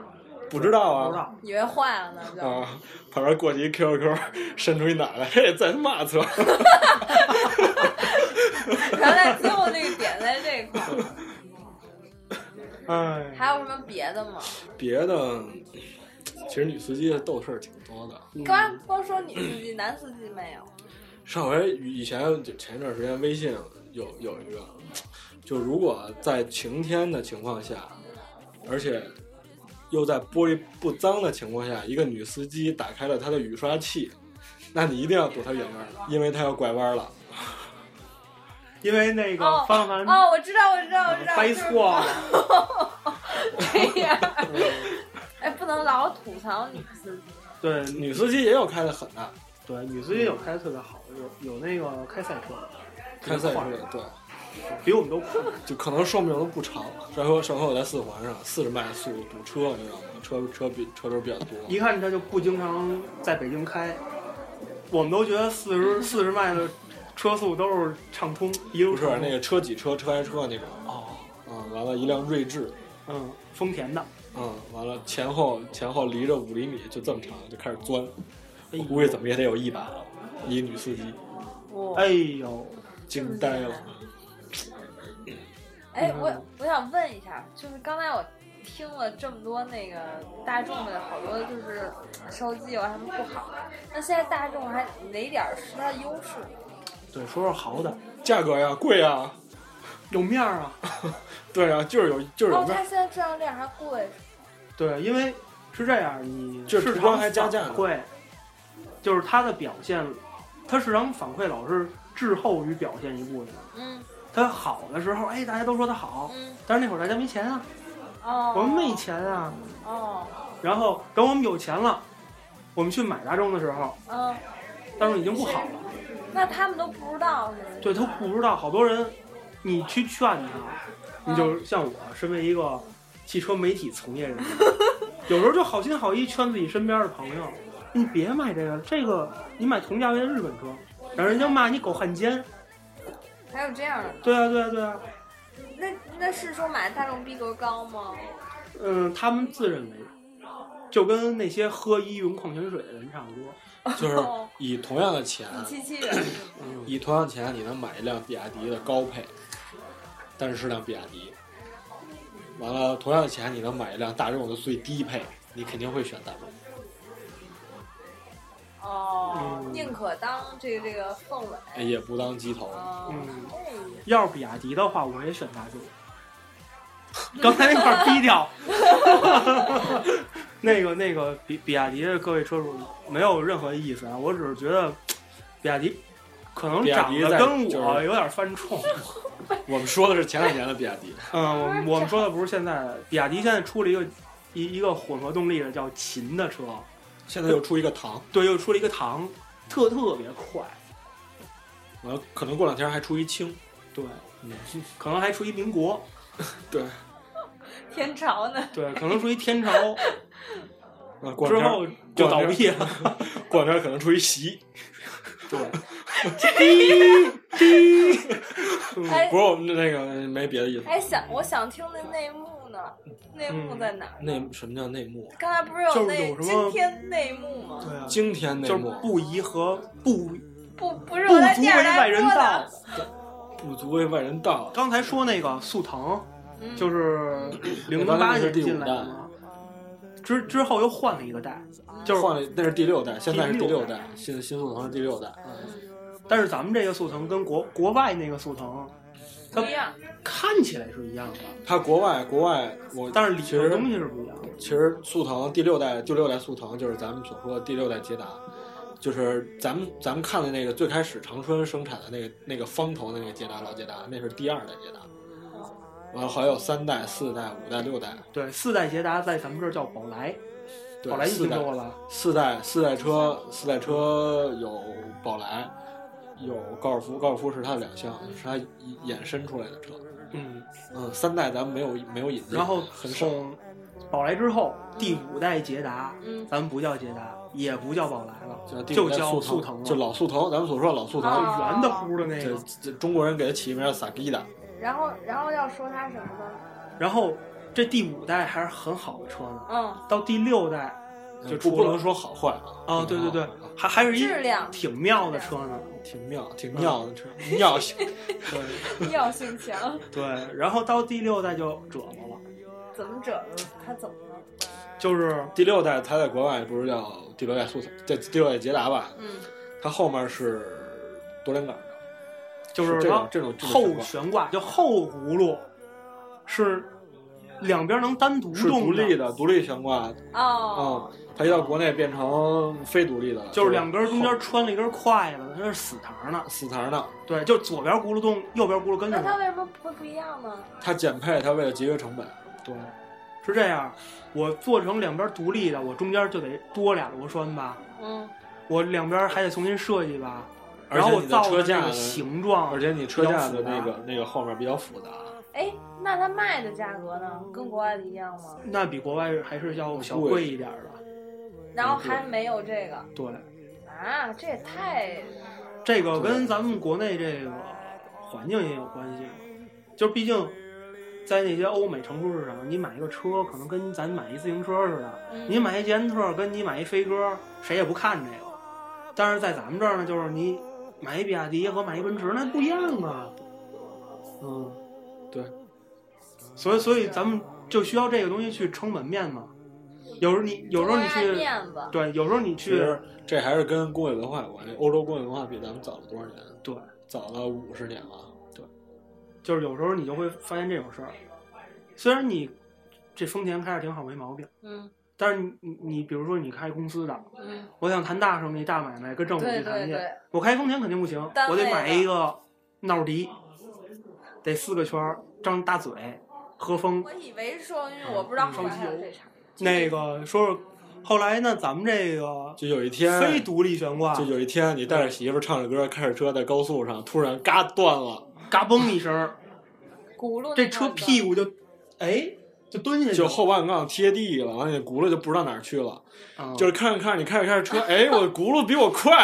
[SPEAKER 2] 不知道
[SPEAKER 9] 不
[SPEAKER 2] 啊
[SPEAKER 9] 知。道，
[SPEAKER 10] 以为坏了呢，就
[SPEAKER 2] 啊，旁边过去一 QQ，伸 出一脑 袋，嘿，在他妈侧。
[SPEAKER 10] 然后在最后那个点在这块儿，
[SPEAKER 9] 哎，
[SPEAKER 10] 还有什么别的吗？
[SPEAKER 2] 别的，其实女司机的逗事儿挺多的。
[SPEAKER 10] 干嘛光说女司机，男司机没有？
[SPEAKER 2] 上回以前就前一段时间微信有有一个，就如果在晴天的情况下，而且又在玻璃不脏的情况下，一个女司机打开了她的雨刷器，那你一定要躲她远远的，因为她要拐弯了。
[SPEAKER 9] 因为那个
[SPEAKER 10] 哦
[SPEAKER 9] 方涵
[SPEAKER 10] 哦，我知道，我知道，我知道，
[SPEAKER 9] 掰
[SPEAKER 10] 就是
[SPEAKER 9] 错 了。
[SPEAKER 10] 这样。哎，不能老吐槽女司机。
[SPEAKER 9] 对
[SPEAKER 2] 女司机也有开的狠的，
[SPEAKER 9] 对，女司机有开的特别好，有有那个开赛车的，
[SPEAKER 2] 开赛车的对。
[SPEAKER 9] 比我们都快。
[SPEAKER 2] 就可能寿命都不长。上回上回我在四环上四十迈速度堵车，你知道吗？车车比车流比较多。
[SPEAKER 9] 一看他就不经常在北京开，我们都觉得四十四十迈的车速都是畅通，一路
[SPEAKER 2] 不是
[SPEAKER 9] 畅通
[SPEAKER 2] 那个车挤车，车挨车那种。
[SPEAKER 9] 哦，
[SPEAKER 2] 嗯，完了，一辆锐志，
[SPEAKER 9] 嗯，丰田的，
[SPEAKER 2] 嗯，完了前后前后离着五厘米，就这么长，就开始钻。我估计怎么也得有一把，一女司机
[SPEAKER 10] 哇
[SPEAKER 9] 哎呦，
[SPEAKER 2] 惊呆了。
[SPEAKER 10] 哎，我
[SPEAKER 9] 嗯
[SPEAKER 10] 我想问一下，就是刚才我听了这么多那个大众的好多就是收机有什么不好，那现在大众还哪点儿是它的优势？
[SPEAKER 9] 对，说说好的，
[SPEAKER 2] 价格呀，贵啊呀，
[SPEAKER 9] 有面儿啊，
[SPEAKER 2] 对呀，就是有就是有
[SPEAKER 10] 哦，
[SPEAKER 2] 面
[SPEAKER 10] 它
[SPEAKER 2] 儿，
[SPEAKER 10] 现在质量链还贵，
[SPEAKER 9] 对，因为是这样，你
[SPEAKER 2] 这
[SPEAKER 9] 市
[SPEAKER 2] 涂
[SPEAKER 9] 场
[SPEAKER 2] 装还加价呢
[SPEAKER 9] 对，就是它的表现，它市场反馈老是滞后于表现一部分。
[SPEAKER 10] 嗯
[SPEAKER 9] 它好的时候，哎，大家都说它好，
[SPEAKER 10] 嗯，
[SPEAKER 9] 但是那会儿大家没钱啊，
[SPEAKER 10] 哦，
[SPEAKER 9] 我们没钱啊。
[SPEAKER 10] 哦，
[SPEAKER 9] 然后等我们有钱了，我们去买大众的时候，
[SPEAKER 10] 嗯，
[SPEAKER 9] 大众已经不好了。
[SPEAKER 10] 那他们都不知道是
[SPEAKER 9] 对他不知道，好多人，你去劝他，你就像我身为一个汽车媒体从业人员，有时候就好心好意劝自己身边的朋友，你别买这个，这个你买同价位的日本车，让人家骂你狗汉奸。
[SPEAKER 10] 还有这样的，
[SPEAKER 9] 对啊，对啊，对啊，
[SPEAKER 10] 那那是说买大众逼格高吗？
[SPEAKER 9] 嗯，他们自认为，就跟那些喝医用矿泉水的人差不多。
[SPEAKER 2] 就是以同样的钱，
[SPEAKER 10] 一七七元，
[SPEAKER 9] 嗯，
[SPEAKER 2] 以同样的钱你能买一辆比亚迪的高配，但是是辆比亚迪。完了，同样的钱你能买一辆大众的最低配，你肯定会选大众。
[SPEAKER 10] 哦，
[SPEAKER 9] 嗯
[SPEAKER 10] 宁可当这个这个凤尾。
[SPEAKER 2] 哎也不当鸡头，
[SPEAKER 10] 哦
[SPEAKER 9] 嗯
[SPEAKER 10] 哎
[SPEAKER 9] 要是比亚迪的话，我也选大众。刚才那块儿逼掉， 那个那个比比亚迪的各位车主没有任何意思啊，我只是觉得比亚迪可能
[SPEAKER 2] 比亚
[SPEAKER 9] 长
[SPEAKER 2] 迪
[SPEAKER 9] 得
[SPEAKER 2] 在
[SPEAKER 9] 跟
[SPEAKER 2] 就是
[SPEAKER 9] 我有点犯冲。
[SPEAKER 2] 我们说的是前两年的比亚迪，
[SPEAKER 9] 嗯，我们我们说的不是现在的，比亚迪现在出了一个一一个混合动力的叫秦的车，
[SPEAKER 2] 现在又出一个唐，
[SPEAKER 9] 对，又出了一个唐，特特别快，
[SPEAKER 2] 完了呃可能过两天还出一清，
[SPEAKER 9] 对，
[SPEAKER 2] 嗯，
[SPEAKER 9] 可能还出一民 国，
[SPEAKER 2] 对，
[SPEAKER 10] 天朝呢？
[SPEAKER 9] 对，可能出一 天朝，
[SPEAKER 2] 啊，过
[SPEAKER 9] 之
[SPEAKER 2] 两
[SPEAKER 9] 后
[SPEAKER 2] 天
[SPEAKER 9] 就倒闭了。
[SPEAKER 2] 过两天 可能出一席，
[SPEAKER 9] 对，滴滴，
[SPEAKER 10] 哎
[SPEAKER 2] 不是我们那个没别的意思。
[SPEAKER 10] 哎，想我想听那内幕呢，内幕在哪儿？
[SPEAKER 2] 内什么叫内幕？
[SPEAKER 10] 刚才不是有那
[SPEAKER 9] 就是有什么
[SPEAKER 10] 惊天内幕吗？
[SPEAKER 9] 对啊，
[SPEAKER 2] 惊天 内
[SPEAKER 9] 就是
[SPEAKER 2] 幕，
[SPEAKER 9] 不宜和不
[SPEAKER 10] 不不是
[SPEAKER 9] 不
[SPEAKER 10] 我在
[SPEAKER 9] 足为
[SPEAKER 10] 电
[SPEAKER 9] 外
[SPEAKER 10] 视台
[SPEAKER 9] 人
[SPEAKER 10] 播
[SPEAKER 9] 道
[SPEAKER 10] 的。。
[SPEAKER 2] 不足为外人道。
[SPEAKER 9] 刚才说那个速腾，
[SPEAKER 10] 嗯
[SPEAKER 9] 就是零
[SPEAKER 2] 刚才
[SPEAKER 9] 八
[SPEAKER 2] 那是
[SPEAKER 9] 年
[SPEAKER 2] 第五
[SPEAKER 9] 进来的
[SPEAKER 2] 代
[SPEAKER 9] 嘛，之之后又换了一个代，就是
[SPEAKER 2] 换了，那是第六代，现在是第
[SPEAKER 9] 第
[SPEAKER 2] 六
[SPEAKER 9] 六代
[SPEAKER 2] 代，新新速腾是第六代。
[SPEAKER 10] 嗯
[SPEAKER 9] 但是咱们这个速腾跟国国外那个速腾
[SPEAKER 10] 不一样，
[SPEAKER 9] 看起来是一样的，
[SPEAKER 2] 它国外国外，我
[SPEAKER 9] 但是里
[SPEAKER 2] 其
[SPEAKER 9] 边东
[SPEAKER 2] 实
[SPEAKER 9] 西是不一样的。
[SPEAKER 2] 其实速腾第六代第六代速腾就是咱们所说的第六代捷达，就是咱们咱们看的那个最开始长春生产的那个那个方头的那个捷达老捷达，那是第二代捷达。完了还有三代、四代、五代、六代，
[SPEAKER 9] 对，四代捷达在咱们这儿叫宝来，
[SPEAKER 2] 对
[SPEAKER 9] 宝来你
[SPEAKER 2] 四
[SPEAKER 9] 听
[SPEAKER 2] 代
[SPEAKER 9] 说过吧？
[SPEAKER 2] 四代四代车，四代车有宝来，有高尔夫，高尔夫是它的两项，是它衍生出来的车。
[SPEAKER 9] 嗯，
[SPEAKER 2] 嗯，三代咱们没有没有引进，
[SPEAKER 9] 然后
[SPEAKER 2] 很少。
[SPEAKER 9] 从宝来之后，第五代捷达，
[SPEAKER 10] 嗯
[SPEAKER 9] 咱们不叫捷达，也不叫宝来了，
[SPEAKER 2] 就
[SPEAKER 9] 就叫
[SPEAKER 2] 叫
[SPEAKER 9] 速
[SPEAKER 2] 腾，
[SPEAKER 9] 腾
[SPEAKER 2] 就
[SPEAKER 9] 了
[SPEAKER 2] 老速腾，咱们所说的老速腾。
[SPEAKER 10] 啊
[SPEAKER 9] 圆的乎的那
[SPEAKER 2] 这
[SPEAKER 9] 个。
[SPEAKER 2] 这中国人给它起名叫萨基达，
[SPEAKER 10] 然后然后要说他什么呢？
[SPEAKER 9] 然后这第五代还是很好的车呢，
[SPEAKER 10] 嗯，
[SPEAKER 9] 到第六代就
[SPEAKER 2] 不
[SPEAKER 9] 嗯出
[SPEAKER 2] 不
[SPEAKER 9] 了
[SPEAKER 2] 能说好坏啊。
[SPEAKER 9] 啊，对对对
[SPEAKER 2] 挺好的，
[SPEAKER 9] 还还是一
[SPEAKER 10] 质量
[SPEAKER 9] 挺妙的车呢。
[SPEAKER 2] 挺妙，挺
[SPEAKER 9] 嗯
[SPEAKER 2] 妙的车，妙性。
[SPEAKER 9] 对
[SPEAKER 10] 药性强，
[SPEAKER 9] 对，然后到第六代就折磨了，
[SPEAKER 10] 怎么整？他怎么了？
[SPEAKER 9] 就是
[SPEAKER 2] 第六代它在国外不是叫第六代速腾，这第六代捷达吧？
[SPEAKER 10] 嗯，
[SPEAKER 2] 它后面是多连杆的，
[SPEAKER 9] 就是
[SPEAKER 2] 这
[SPEAKER 9] 它
[SPEAKER 2] 种这种这种
[SPEAKER 9] 后
[SPEAKER 2] 情况
[SPEAKER 9] 悬挂，就后轱辘是两边能单独
[SPEAKER 2] 是独
[SPEAKER 9] 动
[SPEAKER 2] 立
[SPEAKER 9] 的，
[SPEAKER 2] 的，独立悬挂
[SPEAKER 10] 哦
[SPEAKER 2] 啊，，它一到国内变成非独立的了，
[SPEAKER 9] 就是两根中
[SPEAKER 2] 后
[SPEAKER 9] 间穿了一根筷子，它是死膛的。
[SPEAKER 2] 死膛的。
[SPEAKER 9] 对，就左边轱辘动，右边轱辘跟
[SPEAKER 10] 那
[SPEAKER 9] 着
[SPEAKER 10] 他
[SPEAKER 9] 动。
[SPEAKER 10] 为什么会不一样呢？
[SPEAKER 2] 它减配，它为了节约成本，
[SPEAKER 9] 对，是这样。我做成两边独立的，我中间就得多俩螺栓吧，
[SPEAKER 10] 嗯，
[SPEAKER 9] 我两边还得重新设计吧，
[SPEAKER 2] 而
[SPEAKER 9] 然
[SPEAKER 2] 且
[SPEAKER 9] 后我
[SPEAKER 2] 你的
[SPEAKER 9] 造
[SPEAKER 2] 车
[SPEAKER 9] 的
[SPEAKER 2] 架
[SPEAKER 9] 那个
[SPEAKER 2] 呢
[SPEAKER 9] 形状，
[SPEAKER 2] 而且你车架的
[SPEAKER 9] 比较
[SPEAKER 2] 那
[SPEAKER 9] 复
[SPEAKER 2] 个
[SPEAKER 9] 杂
[SPEAKER 2] 那个后面比较复杂。
[SPEAKER 10] 哎，那他卖的价格呢？跟国外的一样吗？
[SPEAKER 9] 那比国外还是要小
[SPEAKER 2] 贵
[SPEAKER 9] 贵一点儿的。
[SPEAKER 10] 然后还没有这个
[SPEAKER 9] 对，
[SPEAKER 10] 啊，这也太……
[SPEAKER 9] 这个跟咱们国内这个环境也有关系，啊就是毕竟在那些欧美城市上，你买一个车可能跟咱买一自行车似的，
[SPEAKER 10] 嗯
[SPEAKER 9] 你买一捷安特跟你买一飞鸽，谁也不看这个。但是在咱们这儿呢，就是你买一比亚迪和买一奔驰那不一样啊。嗯，
[SPEAKER 2] 对。
[SPEAKER 9] 所以，所以咱们就需要这个东西去撑门面嘛。有时候你，有时候你
[SPEAKER 10] 多爱
[SPEAKER 9] 去，
[SPEAKER 10] 面子，
[SPEAKER 9] 对，有时候你
[SPEAKER 2] 其
[SPEAKER 9] 去，
[SPEAKER 2] 实这还是跟工业文化有关系。欧洲工业文化比咱们早了多少年？
[SPEAKER 9] 对，
[SPEAKER 2] 早了五十年了。对，
[SPEAKER 9] 就是有时候你就会发现这种事儿。虽然你这丰田开着挺好，没毛病，
[SPEAKER 10] 嗯
[SPEAKER 9] 但是你你你比如说你开公司的，
[SPEAKER 10] 嗯，
[SPEAKER 9] 我想谈大生意、大买卖，跟政府
[SPEAKER 10] 对
[SPEAKER 9] 去谈
[SPEAKER 10] 对
[SPEAKER 9] 去，
[SPEAKER 10] 对，
[SPEAKER 9] 我开丰田肯定不行，
[SPEAKER 10] 单
[SPEAKER 9] 我得
[SPEAKER 10] 位
[SPEAKER 9] 买
[SPEAKER 10] 的
[SPEAKER 9] 一个闹迪，得四个圈儿，张大嘴，喝风。
[SPEAKER 10] 我以为说，因为我不知道后来还有这茬。
[SPEAKER 9] 那个说说，后来呢，咱们这个
[SPEAKER 2] 就有一天，
[SPEAKER 9] 非独立悬挂
[SPEAKER 2] 就，有一天你带着媳妇儿唱着歌，开着车在高速上，突然嘎断了，
[SPEAKER 9] 嘎嘣一声儿，
[SPEAKER 10] 轱辘那
[SPEAKER 9] 这车
[SPEAKER 10] 种的
[SPEAKER 9] 屁股就，哎，就蹲下去
[SPEAKER 2] 就后半杠贴地了，完了你轱辘就不知道哪儿去了，
[SPEAKER 9] 啊
[SPEAKER 2] 就是看着看着你开着开着车，哎，我轱辘比我快，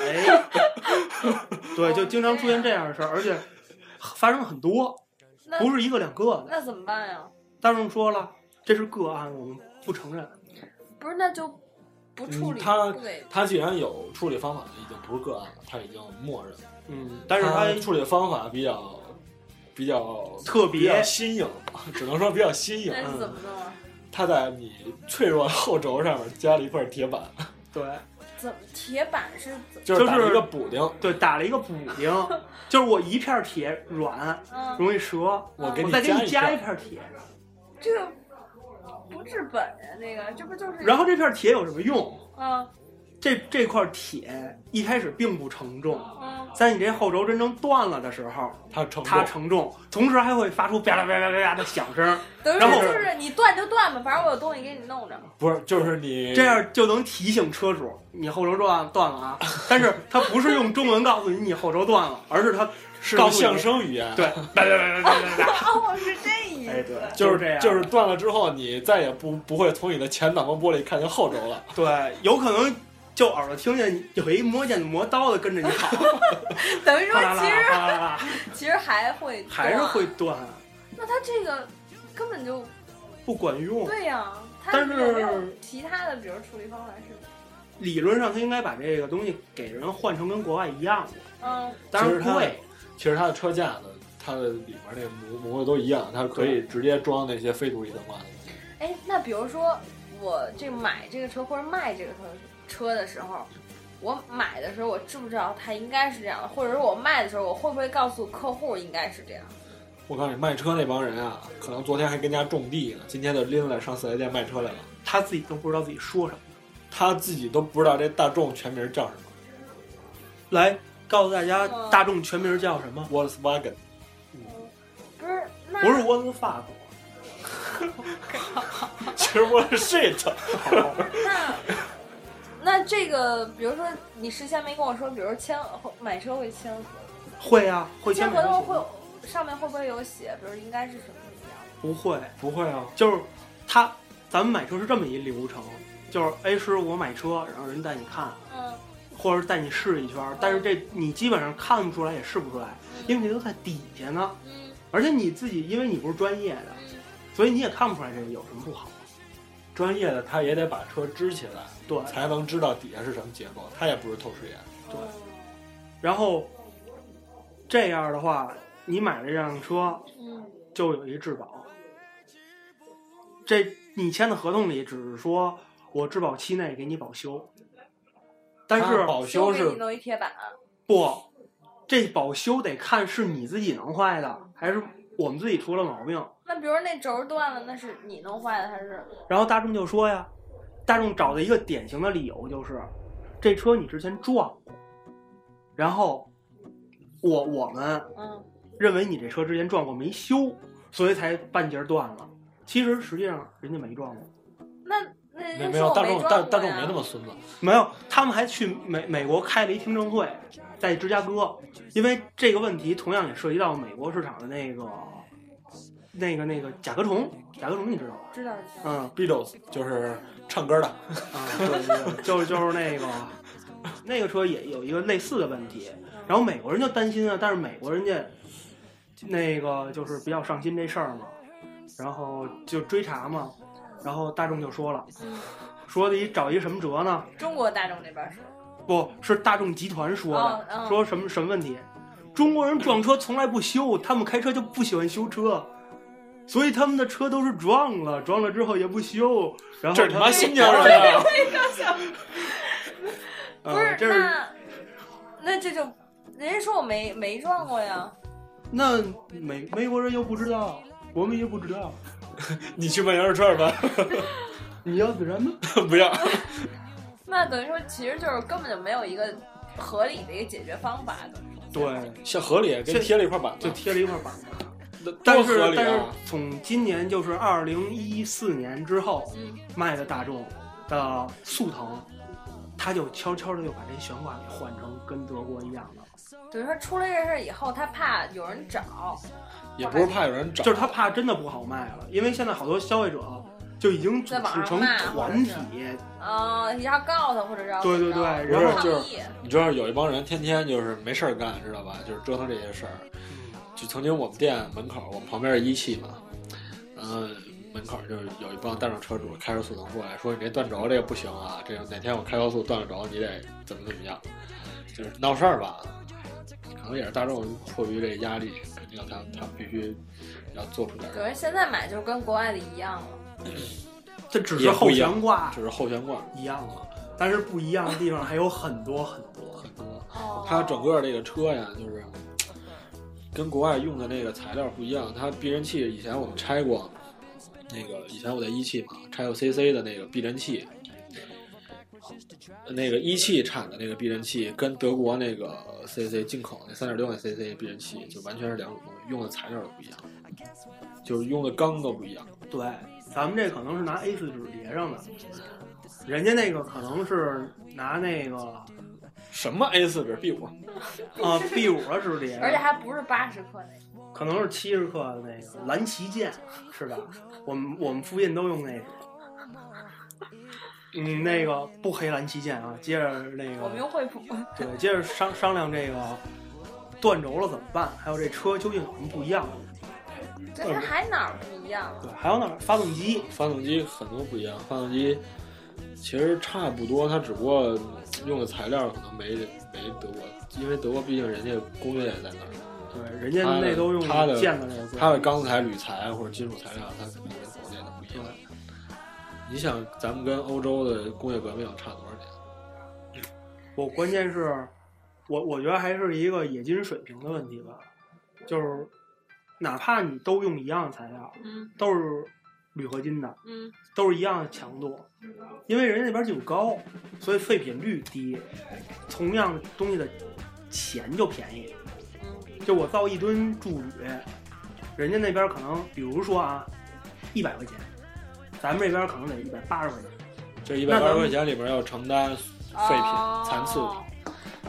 [SPEAKER 9] 哎， 对，就经常出现这样的事儿，而且发生很多，
[SPEAKER 10] 那
[SPEAKER 9] 不是一个两个的。
[SPEAKER 10] 那怎么办呀？
[SPEAKER 9] 大众说了，这是个案，我们不承认。
[SPEAKER 10] 不是，那就不处理，
[SPEAKER 2] 嗯他
[SPEAKER 10] 不给
[SPEAKER 2] 他既然有处理方法，已经不是个案了，他已经默认了。
[SPEAKER 9] 嗯，但
[SPEAKER 2] 但
[SPEAKER 9] 是
[SPEAKER 2] 是
[SPEAKER 9] 他
[SPEAKER 2] 他处理方法比较比较
[SPEAKER 9] 特
[SPEAKER 2] 比
[SPEAKER 9] 别
[SPEAKER 2] 较新颖，只能说比较新颖。
[SPEAKER 10] 那是怎么弄啊？
[SPEAKER 2] 他在你脆弱的后轴上面加了一块铁板，
[SPEAKER 9] 对
[SPEAKER 10] 怎么铁板是怎？
[SPEAKER 2] 就是打
[SPEAKER 9] 就
[SPEAKER 2] 了
[SPEAKER 9] 是
[SPEAKER 2] 一个补丁。
[SPEAKER 9] 对打了一个补丁，就是我一片铁软
[SPEAKER 10] 嗯，
[SPEAKER 9] 容易折，
[SPEAKER 2] 我给
[SPEAKER 9] 我
[SPEAKER 2] 你
[SPEAKER 9] 再给
[SPEAKER 2] 加
[SPEAKER 9] 你加一
[SPEAKER 2] 片，
[SPEAKER 9] 片铁，
[SPEAKER 10] 这个不治本呀，那个这不就是？
[SPEAKER 9] 然后这片铁有什么用？
[SPEAKER 10] 嗯
[SPEAKER 9] 这这块铁一开始并不承重，
[SPEAKER 10] 嗯，
[SPEAKER 9] 在你这后轴真正断了的时候，
[SPEAKER 2] 它成
[SPEAKER 9] 它
[SPEAKER 2] 它
[SPEAKER 9] 承重，同时还会发出啪啦啪啦啪啦的响声，
[SPEAKER 10] 等于
[SPEAKER 9] 然后
[SPEAKER 10] 说就是你断就断吧，反正我有东西给你弄着。
[SPEAKER 2] 不是就是你
[SPEAKER 9] 这样就能提醒车主你后轴断断了啊。但是它不是用中文告诉你你后轴断了，而是它
[SPEAKER 2] 是
[SPEAKER 9] 告诉你
[SPEAKER 2] 象声语言，
[SPEAKER 9] 对，哒哒哒哒哒哒哒，
[SPEAKER 10] 哦，是这意
[SPEAKER 9] 哎
[SPEAKER 10] 思。
[SPEAKER 9] 对，
[SPEAKER 2] 就是
[SPEAKER 9] 这样，
[SPEAKER 2] 就是断了之后，你再也不不会从你的前挡风玻璃看见后轴了。
[SPEAKER 9] 对，有可能就耳朵听见有一磨剑的磨刀的跟着你跑，
[SPEAKER 10] 等于说
[SPEAKER 9] 啪啦啦
[SPEAKER 10] 其实
[SPEAKER 9] 啪啦啦，
[SPEAKER 10] 其实还会断
[SPEAKER 9] 还是会。断，
[SPEAKER 10] 那他这个根本就
[SPEAKER 9] 不管用。
[SPEAKER 10] 对呀、他
[SPEAKER 9] 但是
[SPEAKER 10] 有没有其他的，比如处理方法是？
[SPEAKER 9] 理论上它应该把这个东西给人换成跟国外一样的，
[SPEAKER 10] 嗯，
[SPEAKER 9] 当
[SPEAKER 2] 其
[SPEAKER 9] 然
[SPEAKER 2] 实它
[SPEAKER 9] 贵，
[SPEAKER 2] 其实它的车架呢，它的里面那个模模具都一样，它可以直接装那些非独立灯光的东西。
[SPEAKER 10] 哎，那比如说我这买这个车或者卖这个车车的时候，我买的时候我知不知道它应该是这样的，或者是我卖的时候我会不会告诉客户应该是这样？
[SPEAKER 2] 我告诉你，卖车那帮人啊，可能昨天还跟家种地呢，今天就拎来上四 S 店卖车来了，
[SPEAKER 9] 他自己都不知道自己说什么。
[SPEAKER 2] 他自己都不知道这大众全名叫什么
[SPEAKER 9] 来告诉大家，
[SPEAKER 10] 嗯
[SPEAKER 9] 大众全名叫什么？
[SPEAKER 2] ，Volkswagen。
[SPEAKER 10] 不是，那
[SPEAKER 9] 不是 w h a t fuck，
[SPEAKER 2] 其实我是 shit，
[SPEAKER 10] 那那这个，比如说你事先没跟我说，比如签买车会签合同，
[SPEAKER 9] 会啊，会签
[SPEAKER 10] 签
[SPEAKER 9] 名
[SPEAKER 10] 合同
[SPEAKER 9] 吗
[SPEAKER 10] 会上面会不会有写，比如应该是什么什么样？
[SPEAKER 9] 不会，
[SPEAKER 2] 不会啊，
[SPEAKER 9] 就是他，咱们买车是这么一流程，就是哎师傅我买车，然后人带你看，
[SPEAKER 10] 嗯，
[SPEAKER 9] 或者带你试一圈，但是这你基本上看不出来也试不出来，因为这都在底下呢，
[SPEAKER 10] 嗯
[SPEAKER 9] 而且你自己因为你不是专业的，
[SPEAKER 10] 嗯
[SPEAKER 9] 所以你也看不出来这有什么不好。
[SPEAKER 2] 专业的他也得把车支起来，
[SPEAKER 9] 对，
[SPEAKER 2] 才能知道底下是什么结构，他也不是透视眼。
[SPEAKER 9] 对，然后这样的话，你买了这辆车
[SPEAKER 10] 嗯
[SPEAKER 9] 就有一质保，这你签的合同里只是说我质保期内给你保修，但
[SPEAKER 2] 他
[SPEAKER 9] 是
[SPEAKER 2] 保
[SPEAKER 10] 修
[SPEAKER 2] 修
[SPEAKER 10] 给你
[SPEAKER 2] 是
[SPEAKER 10] 弄一铁板，啊
[SPEAKER 9] 不，这保修得看是你自己能坏的，还是我们自己出了毛病。
[SPEAKER 10] 那比如那轴断了，那是你弄坏的还是？
[SPEAKER 9] 然后大众就说呀，大众找的一个典型的理由就是，这车你之前撞过，然后我我们
[SPEAKER 10] 嗯
[SPEAKER 9] 认为你这车之前撞过没修，所以才半截儿断了。其实实际上人家没撞过，，
[SPEAKER 10] 那那
[SPEAKER 2] 没
[SPEAKER 10] 人家
[SPEAKER 2] 没
[SPEAKER 10] 说
[SPEAKER 2] 有
[SPEAKER 10] 我
[SPEAKER 2] 大众
[SPEAKER 10] 撞
[SPEAKER 2] 大
[SPEAKER 10] 过
[SPEAKER 2] 大众
[SPEAKER 10] 呀
[SPEAKER 2] 没那么孙子，
[SPEAKER 9] 没有，他们还去美美国开了一听证会，在芝加哥，因为这个问题同样也涉及到美国市场的那个那个那个甲壳虫，甲壳虫你知道吧？
[SPEAKER 10] 知道知道。
[SPEAKER 9] 嗯
[SPEAKER 2] Beatles 就是唱歌的，
[SPEAKER 9] 啊，对对 对，就是就是那个那个车也有一个类似的问题，然后美国人就担心啊，但是美国人家那个就是比较上心这事儿嘛，然后就追查嘛，然后大众就说了，
[SPEAKER 10] 嗯，
[SPEAKER 9] 说你找一什么辙呢？
[SPEAKER 10] 中国大众这边是，
[SPEAKER 9] 不是大众集团说
[SPEAKER 10] 哦
[SPEAKER 9] 的，
[SPEAKER 10] 嗯
[SPEAKER 9] 说什么什么问题？中国人撞车从来不修，他们开车就不喜欢修车，所以他们的车都是撞了，撞了之后也不修，然后
[SPEAKER 2] 这是你
[SPEAKER 9] 他
[SPEAKER 2] 妈新疆人啊！嗯
[SPEAKER 9] 呃
[SPEAKER 10] 不是
[SPEAKER 9] 这是
[SPEAKER 10] 那那这就人家说我没没撞过呀，
[SPEAKER 9] 那美美国人又不知道，我们也不知道，
[SPEAKER 2] 你去卖羊肉串吧，
[SPEAKER 9] 你要不然呢？
[SPEAKER 2] 不要。
[SPEAKER 10] 那等于说其实就是根本就没有一个合理的一个解决方法的。
[SPEAKER 9] 对，
[SPEAKER 2] 像河里给你贴了一块板
[SPEAKER 9] 就
[SPEAKER 2] 子，
[SPEAKER 9] 贴了一块板子。
[SPEAKER 2] 那
[SPEAKER 9] 但
[SPEAKER 2] 多
[SPEAKER 9] 是、
[SPEAKER 2] 合理
[SPEAKER 9] 但是
[SPEAKER 2] 啊！
[SPEAKER 9] 从今年就是二零一四年之后
[SPEAKER 10] 嗯
[SPEAKER 9] 卖的大众的速腾，他就悄悄的就把这悬挂给换成跟德国一样的，
[SPEAKER 10] 等于说出了这事儿以后，他怕有人找，
[SPEAKER 2] 也不是怕有人找，
[SPEAKER 9] 就是他怕真的不好卖了，因为现在好多消费者就已经组
[SPEAKER 10] 在网
[SPEAKER 9] 织
[SPEAKER 10] 上
[SPEAKER 9] 成
[SPEAKER 10] 卖
[SPEAKER 9] 团体，
[SPEAKER 10] 啊，要告他或者要
[SPEAKER 9] 对对对
[SPEAKER 10] 怎么着
[SPEAKER 9] 然后
[SPEAKER 10] 抗
[SPEAKER 2] 就是
[SPEAKER 10] 议
[SPEAKER 2] 你知道有一帮人天天就是没事儿干，知道吧？就是折腾这些事儿。就曾经我们店门口，我们旁边是一汽嘛，嗯，门口就是有一帮大众车主开着速腾过来说：“你这断轴这个不行啊，这个哪天我开高速断了轴，你得怎么怎么样。”就是闹事儿吧，可能也是大众迫于这个压力，肯定他他必须要做出点儿，
[SPEAKER 10] 等于现在买就跟国外的一样了。
[SPEAKER 9] 这只是
[SPEAKER 2] 也
[SPEAKER 9] 后
[SPEAKER 2] 不一样
[SPEAKER 9] 悬挂
[SPEAKER 2] 这是后悬挂
[SPEAKER 9] 一样了，但是不一样的地方还有很多很多。
[SPEAKER 2] 很多。
[SPEAKER 10] 哦
[SPEAKER 2] 它整个这个车呀，就是跟国外用的那个材料不一样。它避震器以前我们拆过，那个以前我在一汽嘛，拆过 CC 的那个避震器，那个一汽产的那个避震器跟德国那个 CC 进口那三点六万 CC 避震器就完全是两种东西，用的材料都不一样，就是用的钢都不一样。
[SPEAKER 9] 对，咱们这可能是拿 A 四纸叠上的，人家那个可能是拿那个
[SPEAKER 2] 什么 A 四纸 B 五，
[SPEAKER 9] 啊 B 五的纸叠
[SPEAKER 10] 而且
[SPEAKER 9] 上，
[SPEAKER 10] 还不是八十克那
[SPEAKER 9] 可能是七十克的那个蓝旗舰是吧？我们我们附近都用那个。嗯，那个不黑蓝旗舰啊，接着那
[SPEAKER 10] 个，我们
[SPEAKER 9] 个
[SPEAKER 10] 用惠普。
[SPEAKER 9] 对，接着商商量这个断轴了怎么办，还有这车究竟有什么不一样的？
[SPEAKER 10] 对，它还哪儿不一样啊了？
[SPEAKER 9] 对，还有哪儿发动机？
[SPEAKER 2] 发动机很多不一样，发动机其实差不多，它只不过嗯用的材料可能没没德国，因为德国毕竟人家工业也在那儿，
[SPEAKER 9] 对，人家那都用
[SPEAKER 2] 它的
[SPEAKER 9] 建的那个，
[SPEAKER 2] 它的钢材、铝材或者金属材料，它肯定跟国内的不一样。你想，咱们跟欧洲的工业革命差多少年？
[SPEAKER 9] 我关键是，我我觉得还是一个冶金水平的问题吧，就是哪怕你都用一样的材料，
[SPEAKER 10] 嗯
[SPEAKER 9] 都是铝合金的，
[SPEAKER 10] 嗯，
[SPEAKER 9] 都是一样的强度，因为人家那边就高，所以废品率低，同样的东西的钱就便宜。就我造一吨铸铝，人家那边可能，比如说啊，一百块钱，咱们这边可能得一百八十块钱。
[SPEAKER 2] 这一
[SPEAKER 9] 那
[SPEAKER 2] 百
[SPEAKER 9] 咱
[SPEAKER 2] 八
[SPEAKER 9] 们
[SPEAKER 2] 十块钱里边要承担废品、残次
[SPEAKER 10] 哦，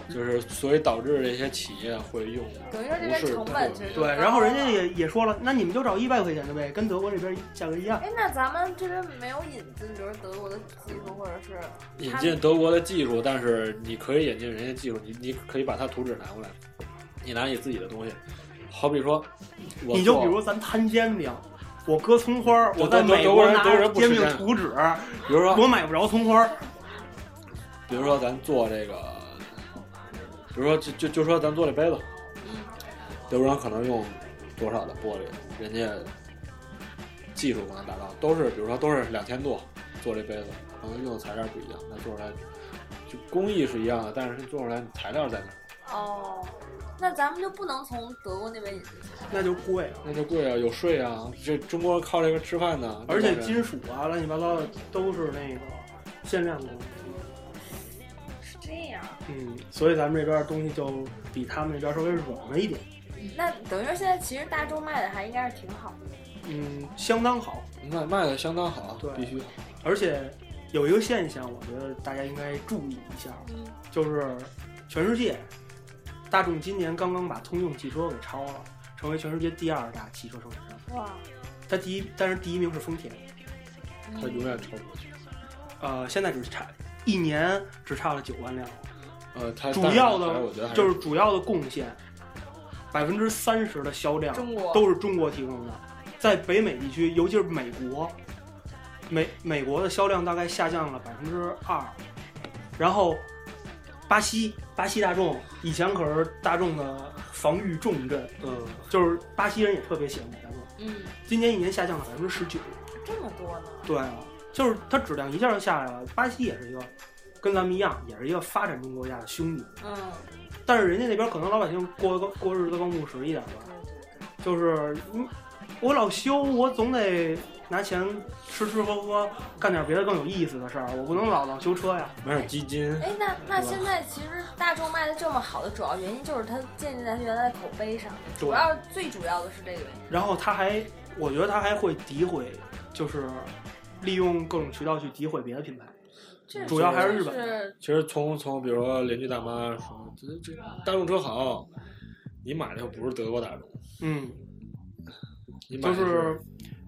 [SPEAKER 2] 就是所以导致这些企业会用
[SPEAKER 10] 等于说这边
[SPEAKER 2] 不是
[SPEAKER 10] 成本其实就
[SPEAKER 9] 对，然后人家也也说了，那你们就找一百块钱的呗，跟德国这边价格一样。
[SPEAKER 10] 哎，那咱们这边没有引进，比如德国的技术，或者是
[SPEAKER 2] 引进德国的技术，但是你可以引进人家技术，你你可以把它图纸拿过来，你拿你自己的东西，好比说，我
[SPEAKER 9] 你就
[SPEAKER 2] 做
[SPEAKER 9] 比如咱摊煎饼，我搁葱花儿，
[SPEAKER 2] 对
[SPEAKER 9] 我在
[SPEAKER 2] 德
[SPEAKER 9] 美
[SPEAKER 2] 德国
[SPEAKER 9] 国
[SPEAKER 2] 人
[SPEAKER 9] 拿
[SPEAKER 2] 德国人不
[SPEAKER 9] 煎
[SPEAKER 2] 吃
[SPEAKER 9] 饼
[SPEAKER 2] 这个
[SPEAKER 9] 图纸，
[SPEAKER 2] 比如
[SPEAKER 9] 我
[SPEAKER 2] 说，
[SPEAKER 9] 买不着葱花儿。
[SPEAKER 2] 比如说咱做这个，比如说就就就说咱做这杯子，德国人可能用多少的玻璃，人家技术可能达到，都是比如说都是两千度做这杯子，可能用的材料不一样，那做出来就工艺是一样的，但是做出来材料在哪儿，
[SPEAKER 10] 哦，那咱们就不能从德国那边引进。
[SPEAKER 9] 那就贵了。
[SPEAKER 2] 那就贵啊，有税啊，这中国靠这个吃饭呢，
[SPEAKER 9] 而
[SPEAKER 2] 对
[SPEAKER 9] 且
[SPEAKER 2] 吧
[SPEAKER 9] 金属啊，乱七八糟的都是那个限量的东西，
[SPEAKER 10] 是这样，
[SPEAKER 9] 嗯，所以咱们这边东西就比他们那边稍微软了一点，
[SPEAKER 10] 那等于说现在其实大众卖的还应该是挺好的。
[SPEAKER 9] 嗯，相当好。
[SPEAKER 2] 卖卖的相当好，啊
[SPEAKER 9] 对
[SPEAKER 2] 必须。
[SPEAKER 9] 而且有一个现象，我觉得大家应该注意一下，就是全世界，大众今年刚刚把通用汽车给超了，成为全世界第二大汽车生产商。
[SPEAKER 10] 哇，
[SPEAKER 9] 它第一，但是第一名是丰田，
[SPEAKER 2] 他永远超不过去。
[SPEAKER 9] 呃，现在只差一年只差了九万辆，
[SPEAKER 2] 呃，他
[SPEAKER 9] 主要的
[SPEAKER 2] 但是我觉得还
[SPEAKER 9] 就是主要的贡献，百分之三十的销量
[SPEAKER 10] 中国
[SPEAKER 9] 都是中国提供的，在北美地区，尤其是美国，美美国的销量大概下降了百分之二，然后巴西巴西大众以前可是大众的防御重镇，
[SPEAKER 2] 嗯，
[SPEAKER 9] 就是巴西人也特别喜欢买大众，
[SPEAKER 10] 嗯，
[SPEAKER 9] 今年一年下降了百分之十九，
[SPEAKER 10] 这么多呢？
[SPEAKER 9] 对啊，就是它质量一下就下来了，巴西也是一个。跟咱们一样，也是一个发展中国家的兄弟，
[SPEAKER 10] 嗯，
[SPEAKER 9] 但是人家那边可能老百姓过得更过日子更务实一点吧，就是嗯我老修，我总得拿钱吃吃喝喝，干点别的更有意思的事儿，我不能老老修车呀。
[SPEAKER 2] 买点基金，
[SPEAKER 10] 哎，那那现在其实大众卖的这么好的主要原因就是它建立在原来的口碑上，主要最主要的是这个原因。
[SPEAKER 9] 然后他还，我觉得他还会诋毁，就是利用各种渠道去诋毁别的品牌。
[SPEAKER 10] 这
[SPEAKER 9] 主要还是日本
[SPEAKER 10] 是
[SPEAKER 2] 其实从从比如说邻居大妈说这这大众车好，你买的又不是德国大众，
[SPEAKER 9] 嗯，
[SPEAKER 2] 你买
[SPEAKER 9] 就
[SPEAKER 2] 的
[SPEAKER 9] 是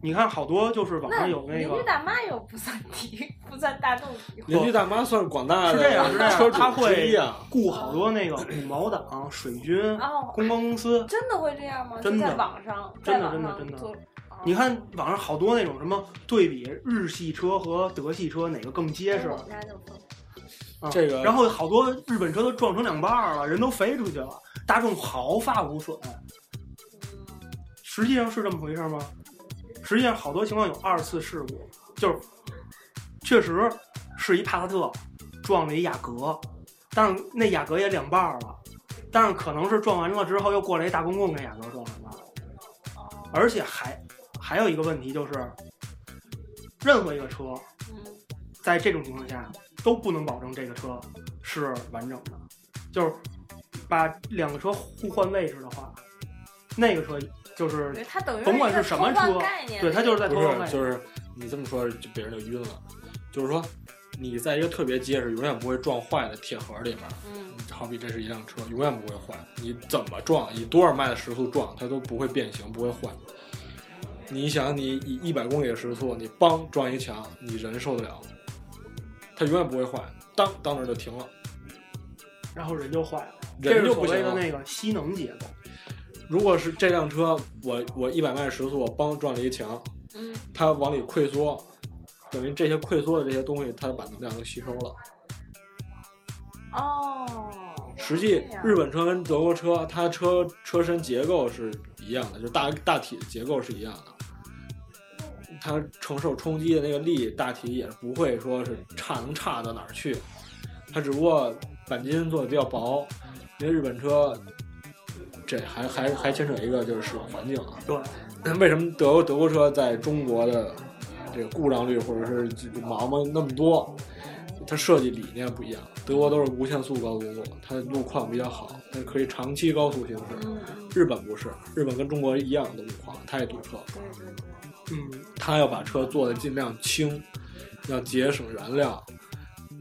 [SPEAKER 9] 你看好多就是网
[SPEAKER 10] 那
[SPEAKER 9] 上有那
[SPEAKER 10] 邻居
[SPEAKER 9] 个，
[SPEAKER 10] 大妈又不算体，不算大众 体
[SPEAKER 2] 邻居大妈算广大
[SPEAKER 9] 是这样
[SPEAKER 2] 的
[SPEAKER 9] 是这样
[SPEAKER 2] 车
[SPEAKER 9] 他
[SPEAKER 2] 主
[SPEAKER 9] 会
[SPEAKER 2] 之一啊，
[SPEAKER 9] 雇好多那个 五毛党、水军、
[SPEAKER 10] 哦，
[SPEAKER 9] 公关公司。
[SPEAKER 10] 真的会这样吗？
[SPEAKER 9] 真的
[SPEAKER 10] 就在网上，
[SPEAKER 9] 真的
[SPEAKER 10] 在网上
[SPEAKER 9] 真的真的
[SPEAKER 10] 做。哦
[SPEAKER 9] 你，看网上好多那种什么对比日系车和德系车哪个更结实
[SPEAKER 10] 我，们家就不
[SPEAKER 9] 啊
[SPEAKER 2] 这个
[SPEAKER 9] 然后好多日本车都撞成两半儿了，人都飞出去了，大众毫发无损。
[SPEAKER 10] 嗯
[SPEAKER 9] 实际上是这么回事吗？实际上好多情况有二次事故，就是确实是一帕萨特撞了一雅阁，但是那雅阁也两半儿了，但是可能是撞完了之后又过来一大公共给雅阁撞完了，而且还还有一个问题就是，任何一个车
[SPEAKER 10] 嗯
[SPEAKER 9] 在这种情况下都不能保证这个车是完整的，就是把两个车互换位置的话，那个车就是
[SPEAKER 10] 对，它等于
[SPEAKER 9] 甭管是
[SPEAKER 10] 是
[SPEAKER 9] 什么
[SPEAKER 10] 一个偷换
[SPEAKER 9] 车
[SPEAKER 10] 概念
[SPEAKER 9] 对它就是在偷
[SPEAKER 2] 不
[SPEAKER 9] 换位
[SPEAKER 2] 是
[SPEAKER 9] 置，
[SPEAKER 2] 就是你这么说，就别人就晕了。就是说，你在一个特别结实、永远不会撞坏的铁盒里边，
[SPEAKER 10] 嗯，
[SPEAKER 2] 好比这是一辆车，永远不会坏，你怎么撞，以多少迈的时速撞，它都不会变形，不会坏。你想，你以一百公里的时速，你梆撞一墙，你人受得了吗？它永远不会坏，当当那儿就停了。
[SPEAKER 9] 然后人就坏了。这
[SPEAKER 2] 人
[SPEAKER 9] 是
[SPEAKER 2] 就
[SPEAKER 9] 所
[SPEAKER 2] 不
[SPEAKER 9] 谓
[SPEAKER 2] 行
[SPEAKER 9] 的
[SPEAKER 2] 了。
[SPEAKER 9] 那个吸能结构，
[SPEAKER 2] 如果是这辆车，我我一百迈时速，我梆撞了一墙，
[SPEAKER 10] 嗯，
[SPEAKER 2] 它往里溃缩，等于这些溃缩的这些东西，它把能量都吸收了。
[SPEAKER 10] 哦，
[SPEAKER 2] 实际
[SPEAKER 10] 这样
[SPEAKER 2] 日本车跟德国车，它车车身结构是一样的，就大大体结构是一样的。它承受冲击的那个力，大体也不会说是差能差到哪儿去，它只不过钣金做的比较薄，因为日本车这还还还牵扯一个就是使用环境啊，
[SPEAKER 9] 对，
[SPEAKER 2] 为什么德国德国车在中国的这个故障率或者是这个毛毛那么多？它设计理念不一样，德国都是无限速高速路，它路况比较好，它可以长期高速行驶。
[SPEAKER 10] 嗯，
[SPEAKER 2] 日本不是，日本跟中国一样的路况，它也堵车，
[SPEAKER 10] 对对对，
[SPEAKER 9] 嗯，
[SPEAKER 2] 它要把车做的尽量轻，要节省燃料，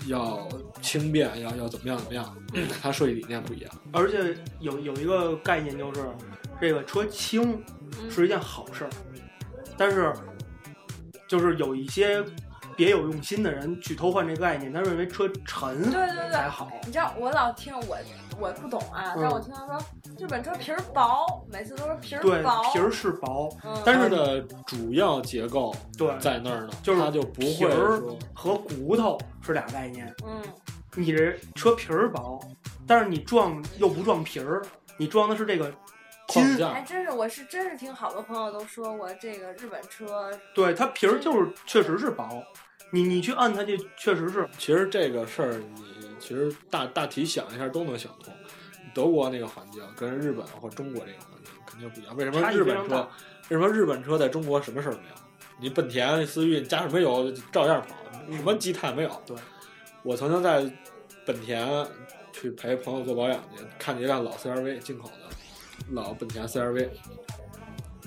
[SPEAKER 2] 要轻便，要要怎么样怎么样，它设计理念不一样。
[SPEAKER 9] 而且有有一个概念就是，这个车轻
[SPEAKER 10] 嗯
[SPEAKER 9] 是一件好事儿，但是就是有一些别有用心的人去偷换这个概念，他认为车沉
[SPEAKER 10] 对对对
[SPEAKER 9] 才。好，
[SPEAKER 10] 你知道我老听我我不懂啊，
[SPEAKER 9] 嗯
[SPEAKER 10] 但我听他说日本车皮儿薄，每次都是皮儿
[SPEAKER 9] 对，
[SPEAKER 10] 薄，
[SPEAKER 9] 皮儿是薄，
[SPEAKER 10] 嗯，
[SPEAKER 9] 但是
[SPEAKER 2] 它的主要结构
[SPEAKER 9] 对，
[SPEAKER 2] 在那儿呢，
[SPEAKER 9] 就是
[SPEAKER 2] 它就不
[SPEAKER 9] 皮
[SPEAKER 2] 会
[SPEAKER 9] 儿
[SPEAKER 2] 说。
[SPEAKER 9] 和骨头是俩概念。
[SPEAKER 10] 嗯
[SPEAKER 9] 你这车皮儿薄，但是你撞又不撞皮儿，你撞的是这个
[SPEAKER 2] 框
[SPEAKER 9] 筋。
[SPEAKER 2] 架
[SPEAKER 10] 还真是，我是真是听好多朋友都说过，这个日本车
[SPEAKER 9] 对，它皮儿就是确实是薄，你你去按它就确实是
[SPEAKER 2] 其实这个事儿，你其实大大体想一下都能想通。德国那个环境跟日本或中国这个环境肯定不一样。为什么
[SPEAKER 9] 差异
[SPEAKER 2] 日
[SPEAKER 9] 非
[SPEAKER 2] 本
[SPEAKER 9] 常
[SPEAKER 2] 车
[SPEAKER 9] 大？
[SPEAKER 2] 为什么日本车在中国什么事儿没有？你本田、思域，你加什么油照样跑，什么积碳没有？
[SPEAKER 9] 对，
[SPEAKER 2] 我曾经在本田去陪朋友做保养去，看见一辆老 CRV 进口的老本田 CRV，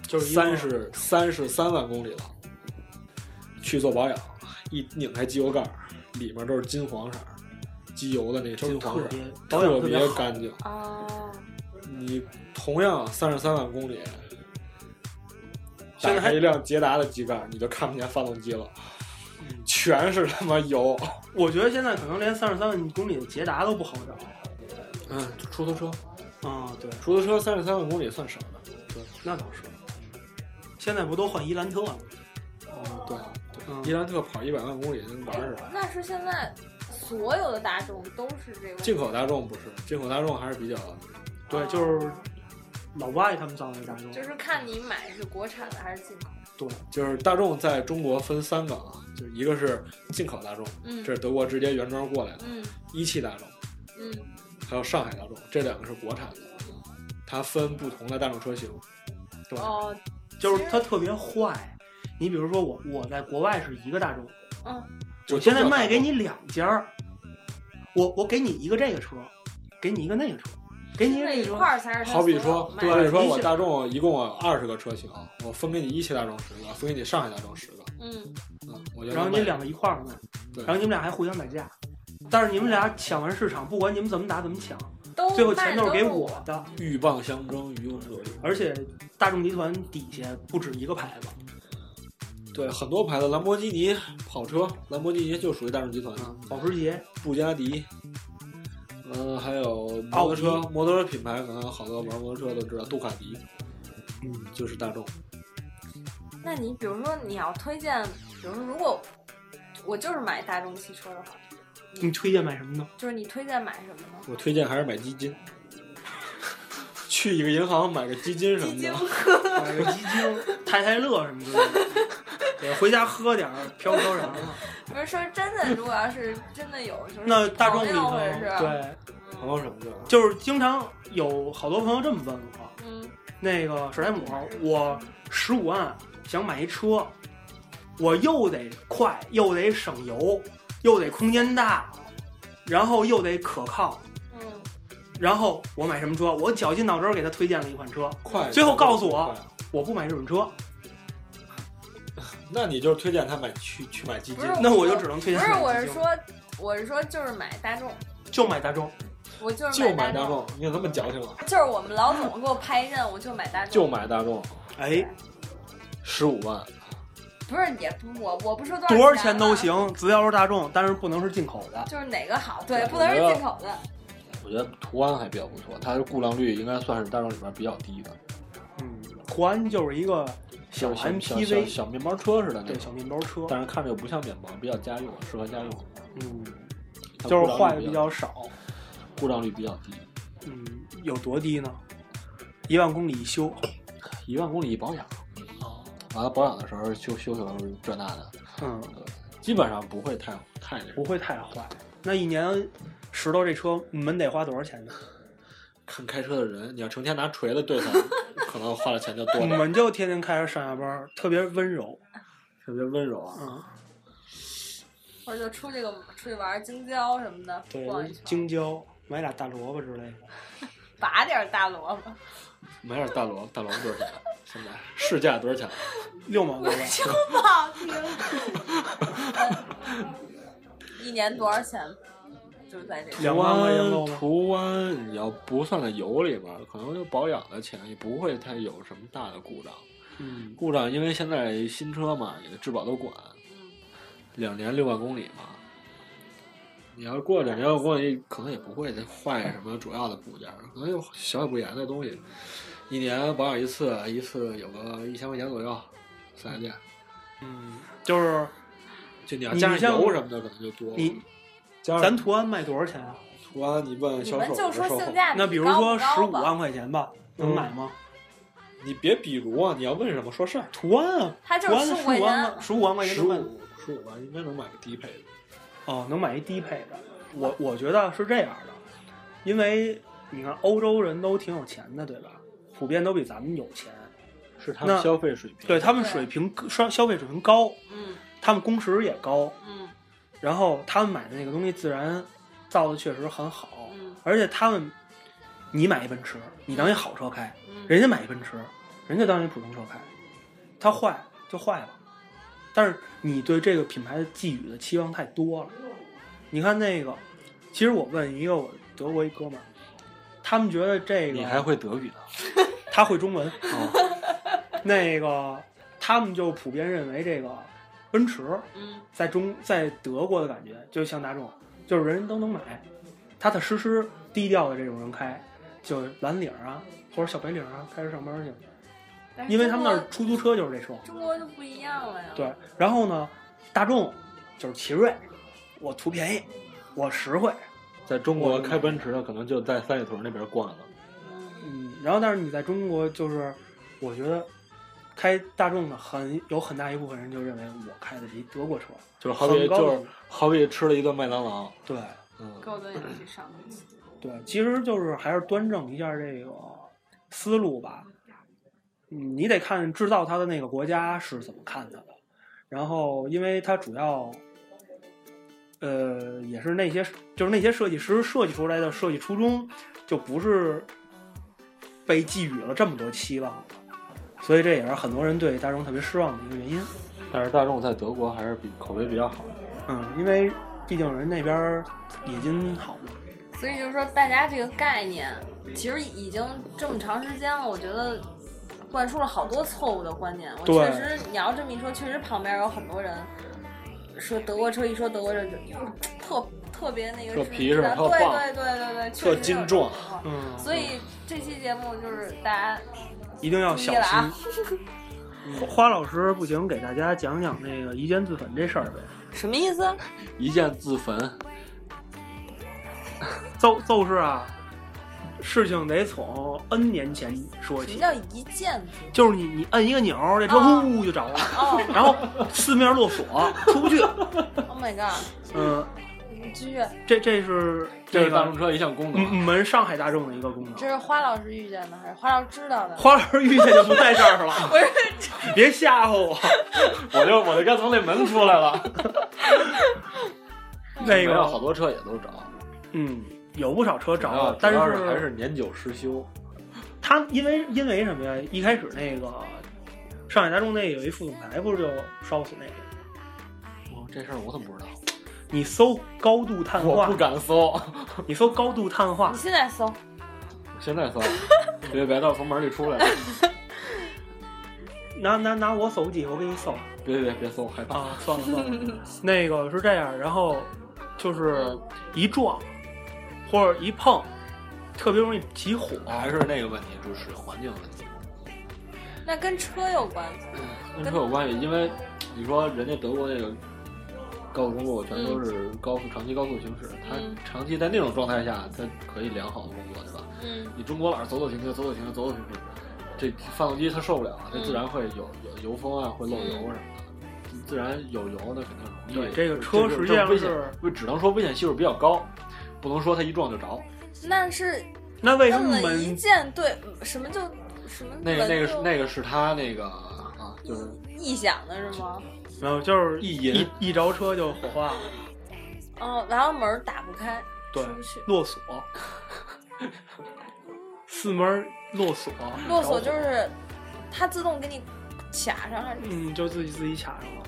[SPEAKER 9] 就是一个
[SPEAKER 2] 三十三十三万公里了，去做保养，一拧开机油盖儿，里面都是金黄色儿，机油的那个
[SPEAKER 9] 就是
[SPEAKER 2] 金黄
[SPEAKER 9] 特
[SPEAKER 2] 色儿，
[SPEAKER 9] 别保
[SPEAKER 2] 特
[SPEAKER 9] 养特别
[SPEAKER 2] 别
[SPEAKER 9] 好，
[SPEAKER 2] 干净。
[SPEAKER 9] 哦
[SPEAKER 10] 啊，
[SPEAKER 2] 你同样三十三万公里，
[SPEAKER 9] 现
[SPEAKER 2] 打
[SPEAKER 9] 在还
[SPEAKER 2] 开一辆捷达的机盖儿，你就看不见发动机了
[SPEAKER 9] 嗯，
[SPEAKER 2] 全是他妈油。
[SPEAKER 9] 我觉得现在可能连三十三万公里的捷达都不好找。
[SPEAKER 2] 嗯，出租车，
[SPEAKER 9] 啊，对，
[SPEAKER 2] 出租车三十三万公里算少的。对
[SPEAKER 9] 那倒是。现在不都换伊兰特了？
[SPEAKER 10] 哦
[SPEAKER 2] 对，
[SPEAKER 9] 嗯，
[SPEAKER 2] 伊兰特跑一百万公里跟玩儿似的。
[SPEAKER 10] 哎那是现在所有的大众都是这个哦
[SPEAKER 2] 进口大众不是，进口大众还是比较
[SPEAKER 9] 对，就是老外他们造那大众，
[SPEAKER 10] 就是看你买是国产的还是进口。
[SPEAKER 9] 对，
[SPEAKER 2] 就是大众在中国分三个啊，就是一个是进口大众，
[SPEAKER 10] 嗯
[SPEAKER 2] 这是德国直接原装过来的；
[SPEAKER 10] 嗯
[SPEAKER 2] 一汽大众，
[SPEAKER 10] 嗯
[SPEAKER 2] 还有上海大众，这两个是国产的。它分不同的大众车型，对
[SPEAKER 10] 哦
[SPEAKER 9] 就是它特别坏。你比如说我，我在国外是一个大众，
[SPEAKER 10] 嗯
[SPEAKER 2] 就
[SPEAKER 9] 我现在卖给你两家儿，我我给你一个这个车，给你一个那个车，给你一个
[SPEAKER 10] 那
[SPEAKER 9] 哎那
[SPEAKER 10] 一
[SPEAKER 9] 个
[SPEAKER 10] 块
[SPEAKER 9] 车。
[SPEAKER 10] 儿才是它
[SPEAKER 2] 好
[SPEAKER 10] 所
[SPEAKER 2] 比
[SPEAKER 10] 有
[SPEAKER 2] 说，
[SPEAKER 10] 卖
[SPEAKER 2] 对，
[SPEAKER 10] 的
[SPEAKER 2] 好比
[SPEAKER 9] 对
[SPEAKER 2] 说
[SPEAKER 9] 你
[SPEAKER 2] 我
[SPEAKER 9] 想
[SPEAKER 2] 大众一共有二十个车型，我分给你一汽大众十个，分给你上海大众十个，
[SPEAKER 10] 嗯，
[SPEAKER 2] 嗯，我觉得
[SPEAKER 9] 然后你
[SPEAKER 2] 卖
[SPEAKER 9] 们两个一块儿卖，
[SPEAKER 2] 对
[SPEAKER 9] 然后你们俩还互相打架，但是你们俩抢完市场，不管你们怎么打怎么抢，
[SPEAKER 10] 都
[SPEAKER 9] 最后
[SPEAKER 10] 卖
[SPEAKER 9] 钱
[SPEAKER 10] 的
[SPEAKER 9] 都
[SPEAKER 10] 哦都
[SPEAKER 9] 是给
[SPEAKER 10] 是
[SPEAKER 9] 我的。
[SPEAKER 2] 鹬蚌相争，渔翁得利。
[SPEAKER 9] 而且大众集团底下不止一个牌子，
[SPEAKER 2] 对，很多牌子，兰博基尼跑车，兰博基尼就属于大众集团的，
[SPEAKER 9] 啊，保时捷、
[SPEAKER 2] 布加迪，嗯、还有摩托车
[SPEAKER 9] 奥，迪
[SPEAKER 2] 摩托车品牌可能好多玩摩托车都知道，杜卡迪，嗯，就是大众。
[SPEAKER 10] 那你比如说你要推荐，比如说如果我就是买大众汽车的话，
[SPEAKER 9] 你推荐买什么呢？
[SPEAKER 10] 就是你推荐买什么呢？
[SPEAKER 2] 我推荐还是买基金，去一个银行买个基金什
[SPEAKER 10] 基
[SPEAKER 2] 么
[SPEAKER 10] 金
[SPEAKER 2] 的。
[SPEAKER 9] 买个基金、太太乐什么之类的，对，回家喝点儿飘飘然了。
[SPEAKER 10] 不是说真的，如果要是真的有，就是
[SPEAKER 9] 那大众
[SPEAKER 10] 朋
[SPEAKER 9] 里
[SPEAKER 10] 友
[SPEAKER 9] 头，
[SPEAKER 10] 或者是，
[SPEAKER 9] 对，
[SPEAKER 2] 朋
[SPEAKER 9] 哦
[SPEAKER 2] 友什么的，
[SPEAKER 9] 就是经常有好多朋友这么问我，
[SPEAKER 10] 嗯
[SPEAKER 9] 那个史莱姆，我十五万想买一车，我又得快，又得省油，又得空间大，然后又得可靠，
[SPEAKER 10] 嗯，
[SPEAKER 9] 然后我买什么车？我绞尽脑汁儿给他推荐了一款车，
[SPEAKER 2] 快。
[SPEAKER 9] 最后告诉我
[SPEAKER 2] 快，
[SPEAKER 9] 我不买这种车，
[SPEAKER 2] 那你就是推荐他买去去买基
[SPEAKER 10] 不
[SPEAKER 2] 金
[SPEAKER 10] 是。
[SPEAKER 9] 那我就只能推荐
[SPEAKER 10] 不是
[SPEAKER 9] 他，
[SPEAKER 10] 我
[SPEAKER 9] 买
[SPEAKER 10] 是
[SPEAKER 9] 基金，
[SPEAKER 10] 说，我是说就是买大众，
[SPEAKER 9] 就买大众，
[SPEAKER 10] 我就是
[SPEAKER 2] 就买
[SPEAKER 10] 大
[SPEAKER 2] 大，众，你怎么那么矫情了？
[SPEAKER 10] 就是我们老总给我派一任务，就买大众，
[SPEAKER 2] 就买大众，
[SPEAKER 9] 哎，
[SPEAKER 2] 十五万，
[SPEAKER 10] 不是也不我我不说多
[SPEAKER 9] 多
[SPEAKER 10] 少啊
[SPEAKER 9] 少钱都，行，只要是大众，但是不能是进口的。
[SPEAKER 10] 就是哪个好，对，
[SPEAKER 2] 对
[SPEAKER 10] 不能是进口的，
[SPEAKER 2] 我觉得途安还比较不错，它的故障率应该算是大众里边比较低的，
[SPEAKER 9] 嗯，途安就是一个小
[SPEAKER 2] 小小
[SPEAKER 9] MPV
[SPEAKER 2] 小小面包车似的那
[SPEAKER 9] 对小
[SPEAKER 2] 种，
[SPEAKER 9] 面包车，
[SPEAKER 2] 但是看着又不像面包，比较家用，适合家用，
[SPEAKER 9] 嗯，
[SPEAKER 2] 它
[SPEAKER 9] 就是
[SPEAKER 2] 故障率
[SPEAKER 9] 坏的
[SPEAKER 2] 比
[SPEAKER 9] 比较少。
[SPEAKER 2] 故障率比较低，
[SPEAKER 9] 嗯，有多低呢？一万公里一修。
[SPEAKER 2] 一万公里一保养，
[SPEAKER 10] 哦
[SPEAKER 2] 完了保养的时候修修修这那的，
[SPEAKER 9] 嗯，
[SPEAKER 2] 基本上不会太太那什
[SPEAKER 9] 不
[SPEAKER 2] 么，
[SPEAKER 9] 会太坏。那一年石头这车门得花多少 钱呢？
[SPEAKER 2] 看开车的人，你要成天拿锤子对 它，可能花的钱就
[SPEAKER 9] 我
[SPEAKER 2] 多了，
[SPEAKER 9] 们就天天开着上下班儿，特别温柔。
[SPEAKER 2] 特别温柔啊。
[SPEAKER 9] 嗯，
[SPEAKER 10] 或者就出去个出去玩儿京郊什么的，
[SPEAKER 9] 对
[SPEAKER 10] 逛一，圈，
[SPEAKER 9] 京郊买俩大萝卜之类的。
[SPEAKER 10] 拔点儿大萝 卜，
[SPEAKER 2] 买点大萝，大萝多少钱？现在市价多少钱？
[SPEAKER 9] 六毛多吧，
[SPEAKER 10] 不好听。一年多少钱？就是在这个。
[SPEAKER 9] 两
[SPEAKER 2] 途
[SPEAKER 9] 万块钱够
[SPEAKER 2] 安，
[SPEAKER 9] 吗？
[SPEAKER 2] 途安，你要不算在油里边儿，可能就保养的钱也不会太有什么大的故障。
[SPEAKER 9] 嗯，
[SPEAKER 2] 故障因为现在新车嘛，也质保都管，
[SPEAKER 10] 嗯
[SPEAKER 2] 两年六万公里嘛。你要过两年六万公里，可能也不会再坏什么主要的部件儿，可能有小小不严的东西。一年保养一次，一次有个一千块钱左右，四 S 店。
[SPEAKER 9] 嗯，就是
[SPEAKER 2] 就你要
[SPEAKER 9] 你
[SPEAKER 2] 加上
[SPEAKER 9] 像
[SPEAKER 2] 油什么的，可能就多了。
[SPEAKER 9] 你
[SPEAKER 2] 加上
[SPEAKER 9] 咱途安卖多少钱啊？
[SPEAKER 2] 途安，你问
[SPEAKER 10] 你
[SPEAKER 2] 销售，
[SPEAKER 10] 们就说
[SPEAKER 2] 售后
[SPEAKER 10] 性价比
[SPEAKER 9] 那比如
[SPEAKER 10] 高不
[SPEAKER 9] 说
[SPEAKER 10] 高
[SPEAKER 9] 十五
[SPEAKER 10] 吧
[SPEAKER 9] 万块钱吧，能
[SPEAKER 2] 嗯
[SPEAKER 9] 买吗？
[SPEAKER 2] 你别比如啊，你要问什么说事儿。
[SPEAKER 9] 途安啊，
[SPEAKER 10] 它就
[SPEAKER 9] 途安
[SPEAKER 10] 是
[SPEAKER 9] 十
[SPEAKER 10] 15
[SPEAKER 9] 五
[SPEAKER 10] 块
[SPEAKER 9] 万
[SPEAKER 10] 钱
[SPEAKER 9] 十五万块钱
[SPEAKER 2] 十
[SPEAKER 9] 能买
[SPEAKER 2] 五十五万应该能买个低配的。
[SPEAKER 9] 哦，能买一低配的。我我觉得是这样的，因为你看欧洲人都挺有钱的，对吧？普遍都比咱们有钱，
[SPEAKER 2] 是他
[SPEAKER 9] 那
[SPEAKER 2] 们消费水平。
[SPEAKER 9] 对他们
[SPEAKER 10] 对
[SPEAKER 9] 水平消消费水平高，
[SPEAKER 10] 嗯
[SPEAKER 9] 他们工时也高，
[SPEAKER 10] 嗯
[SPEAKER 9] 然后他们买的那个东西自然造的确实很好，
[SPEAKER 10] 嗯
[SPEAKER 9] 而且他们，你买一奔驰，你当一好车开，
[SPEAKER 10] 嗯，
[SPEAKER 9] 人家买一奔驰，人家当一普通车开，它坏就坏了。但是你对这个品牌的寄予的期望太多了。你看那个，其实我问一个我德国一哥们儿，他们觉得这个
[SPEAKER 2] 你还会德语呢？
[SPEAKER 9] 他会中文，
[SPEAKER 2] 哦，
[SPEAKER 9] 那个他们就普遍认为这个奔驰
[SPEAKER 10] 嗯
[SPEAKER 9] 在中在德国的感觉就像大众，就是人人都能买，踏踏实实低调的这种人开，就是蓝领儿啊或者小白领儿啊开始上班去。
[SPEAKER 10] 但是
[SPEAKER 9] 因为
[SPEAKER 10] 中
[SPEAKER 9] 他们那儿
[SPEAKER 10] 国
[SPEAKER 9] 出租车就是这车。
[SPEAKER 10] 中国就不一样了呀。
[SPEAKER 9] 对，然后呢，大众就是奇瑞，我图便宜，我实惠，
[SPEAKER 2] 在中国开奔驰的可能就在三里屯那边逛了。
[SPEAKER 10] 嗯，
[SPEAKER 9] 嗯，然后但是你在中国就是，我觉得开大众的很有很大一部分人就认为我开的是一德国车，
[SPEAKER 2] 就是好比
[SPEAKER 9] 很高的
[SPEAKER 2] 就是好比吃了一顿麦当劳，
[SPEAKER 9] 对
[SPEAKER 2] 嗯，
[SPEAKER 10] 高端也去上面去。
[SPEAKER 9] 对，其实就是还是端正一下这个思路吧，嗯，你得看制造它的那个国家是怎么看它的，然后因为它主要。呃，也是那些就是那些设计师设计出来的设计初衷，就不是被寄予了这么多期望，所以这也是很多人对大众特别失望的一个原因。
[SPEAKER 10] 嗯
[SPEAKER 2] 但是大众在德国还是比口碑比较好。
[SPEAKER 9] 嗯，因为毕竟人那边儿冶金好嘛。
[SPEAKER 10] 所以就是说，大家这个概念其实已经这么长时间了，我觉得灌输了好多错误的观念。我
[SPEAKER 9] 对
[SPEAKER 10] 确实，你要这么一说，确实旁边有很多人说德国车，一说德国车就特特别那个
[SPEAKER 2] 特
[SPEAKER 10] 是
[SPEAKER 2] 皮实
[SPEAKER 10] 对
[SPEAKER 2] 特棒
[SPEAKER 10] 对对对对，确实有
[SPEAKER 2] 特精壮
[SPEAKER 10] 这种情况
[SPEAKER 9] 嗯，
[SPEAKER 10] 所以这期节目就是大家
[SPEAKER 9] 一定要
[SPEAKER 10] 注
[SPEAKER 9] 小
[SPEAKER 10] 意了
[SPEAKER 9] 心嗯
[SPEAKER 10] 啊。，
[SPEAKER 9] 花老师不行，给大家讲讲那个移间自焚这事儿呗。
[SPEAKER 10] 什么意思？
[SPEAKER 2] 一键自焚，
[SPEAKER 9] 奏奏是啊，事情得从 N 年前说
[SPEAKER 10] 什么
[SPEAKER 9] 起，
[SPEAKER 10] 叫一键子？
[SPEAKER 9] 就是你你摁一个钮儿，这车
[SPEAKER 10] 啊
[SPEAKER 9] 呜就着了，
[SPEAKER 10] 哦
[SPEAKER 9] 然后四面落锁，出 不去。
[SPEAKER 10] ，Oh my god！
[SPEAKER 9] 嗯，
[SPEAKER 10] 你继续，
[SPEAKER 9] 这这是
[SPEAKER 2] 这
[SPEAKER 9] 这
[SPEAKER 2] 是大
[SPEAKER 9] 个
[SPEAKER 2] 众车一项功
[SPEAKER 9] 嗯我
[SPEAKER 2] 能。
[SPEAKER 9] 们上海大众的一个功能。
[SPEAKER 10] 这是花老师遇见的还是花老师知道的？
[SPEAKER 9] 花老师遇见就不在这儿 了，你别吓唬我。嗯
[SPEAKER 2] 我就我就该从那门出来了。
[SPEAKER 9] 那
[SPEAKER 2] 没有好
[SPEAKER 9] 个，
[SPEAKER 2] 多车也都着，
[SPEAKER 9] 嗯，有不少车着
[SPEAKER 2] 主要
[SPEAKER 9] 了，啊但
[SPEAKER 2] 主要还是年久失修。
[SPEAKER 9] 他因为因为什么呀？一开始那个上海大众那有一副总裁，不是就烧死那个？
[SPEAKER 2] 哦，这事儿我怎么不知道？
[SPEAKER 9] 你搜高度碳
[SPEAKER 2] 我
[SPEAKER 9] 化
[SPEAKER 2] 不，敢搜，
[SPEAKER 9] 你搜高度碳化
[SPEAKER 10] 你，现在搜，
[SPEAKER 2] 现在搜，别别到从门里出来了，
[SPEAKER 9] 拿拿拿我手机，我给你搜
[SPEAKER 2] 别别别搜， 害怕。
[SPEAKER 9] 啊！算了算了，那个是这样，然后就是一撞或者一碰，特别容易起火。
[SPEAKER 2] 还是那个问题，就是使用环境问题，
[SPEAKER 10] 那跟车有关系。嗯
[SPEAKER 2] 跟车有关系。因为你说人家德国那个高速公路全都是高速、长期高速行驶，它
[SPEAKER 10] 嗯
[SPEAKER 2] 长期在那种状态下，它可以良好的工作，对吧？
[SPEAKER 10] 嗯。
[SPEAKER 2] 你中国老是走走停停，走走停停，走走停停，这发动机它受不了，它
[SPEAKER 10] 嗯
[SPEAKER 2] 自然会有有油封啊，会漏油啊什么的。自然有油，那肯定容易。
[SPEAKER 9] 对这个车
[SPEAKER 2] 这
[SPEAKER 9] 实际上
[SPEAKER 2] 危
[SPEAKER 9] 是
[SPEAKER 2] 险，只能说危险系数比较高，不能说它一撞就着。
[SPEAKER 10] 那是
[SPEAKER 9] 那为什
[SPEAKER 10] 摁
[SPEAKER 9] 么
[SPEAKER 10] 了一
[SPEAKER 9] 门
[SPEAKER 10] 键，对，什么就什么
[SPEAKER 2] 那个那个是那
[SPEAKER 10] 个
[SPEAKER 2] 个是它那个啊，就是
[SPEAKER 10] 异响的是吗？
[SPEAKER 9] 没有？就是
[SPEAKER 2] 意
[SPEAKER 9] 一
[SPEAKER 2] 淫
[SPEAKER 9] 一着车就火化了，
[SPEAKER 10] 哦，然后门儿打不开，
[SPEAKER 9] 对
[SPEAKER 10] 出不去，
[SPEAKER 9] 落锁，四门落锁，
[SPEAKER 10] 落
[SPEAKER 9] 着火
[SPEAKER 10] 锁就是它自动给你卡上了。
[SPEAKER 9] 嗯，就自己自己卡上了。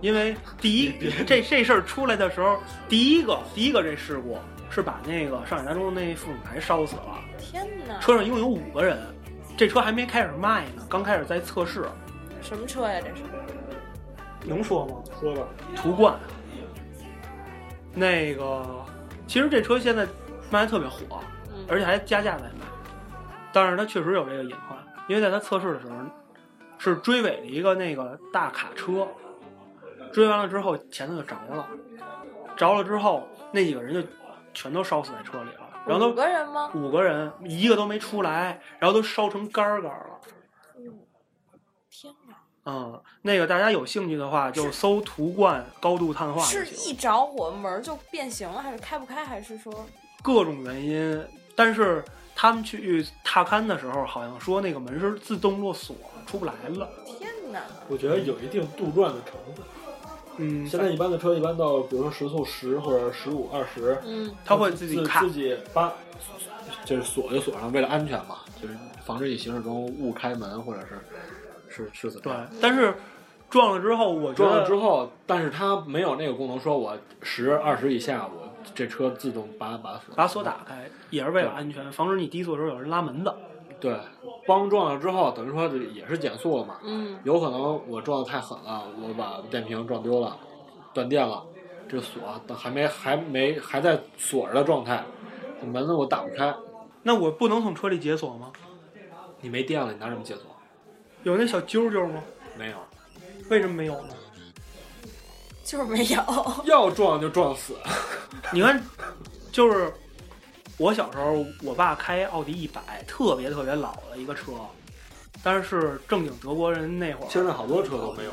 [SPEAKER 9] 因为第一， 这这事儿出来的时候，第一个第一个这事故是把那个上海大众那副总裁烧死了，
[SPEAKER 10] 天哪，
[SPEAKER 9] 车上一共有五个人，这车还没开始卖呢，刚开始在测试，
[SPEAKER 10] 什么车呀？这是
[SPEAKER 9] 能说吗？说吧，途观。那个，其实这车现在卖的特别火，
[SPEAKER 10] 嗯
[SPEAKER 9] 而且还加价在卖，但是它确实有这个隐患，因为在它测试的时候是追尾了一个那个大卡车，追完了之后前头就着了，着了之后那几个人就全都烧死在车里了，然后
[SPEAKER 10] 五
[SPEAKER 9] 都
[SPEAKER 10] 个人吗？
[SPEAKER 9] 五个人一个都没出来，然后都烧成干儿干儿了。
[SPEAKER 10] 天哪，
[SPEAKER 9] 嗯，那个大家有兴趣的话，就搜途观高度碳化就是行，
[SPEAKER 10] 一着火门儿就变形了，还是开不开？还是说
[SPEAKER 9] 各种原因。但是他们去踏勘的时候，好像说那个门是自动落锁，出不来了。
[SPEAKER 10] 天哪？
[SPEAKER 1] 我觉得有一定杜撰的成分。
[SPEAKER 9] 嗯，
[SPEAKER 1] 现在一般的车一般到，比如说时速十或者十五、二十，
[SPEAKER 10] 嗯，
[SPEAKER 9] 他会自己
[SPEAKER 1] 自
[SPEAKER 9] 看
[SPEAKER 1] 自。己扒。
[SPEAKER 2] 就是锁就锁上，为了安全嘛，就是防止你行驶中误开门或者是是是怎么
[SPEAKER 9] 对
[SPEAKER 2] 样。，
[SPEAKER 9] 但是撞了之后，我觉
[SPEAKER 2] 撞
[SPEAKER 9] 得
[SPEAKER 2] 了之后，但是它没有那个功能，说我十二十以下，我这车自动把把锁
[SPEAKER 9] 把锁打开也是为了安全，防止你低速的时候有人拉门的。
[SPEAKER 2] 对，帮撞了之后，等于说也是减速了嘛。
[SPEAKER 10] 嗯，
[SPEAKER 2] 有可能我撞的太狠了，我把电瓶撞丢了，断电了，这锁还没还没还在锁着的状态，门我打不开，
[SPEAKER 9] 那我不能从车里解锁吗？
[SPEAKER 2] 你没电了，你拿什么解锁？
[SPEAKER 9] 有那小揪揪吗？
[SPEAKER 2] 没有，
[SPEAKER 9] 为什么没有呢？
[SPEAKER 10] 就是没有。
[SPEAKER 2] 要撞就撞死。
[SPEAKER 9] 你看，就是我小时候，我爸开奥迪一百，特别特别老的一个车，但是正经德国人那会
[SPEAKER 2] 现
[SPEAKER 9] 儿
[SPEAKER 2] 在好多车都没有。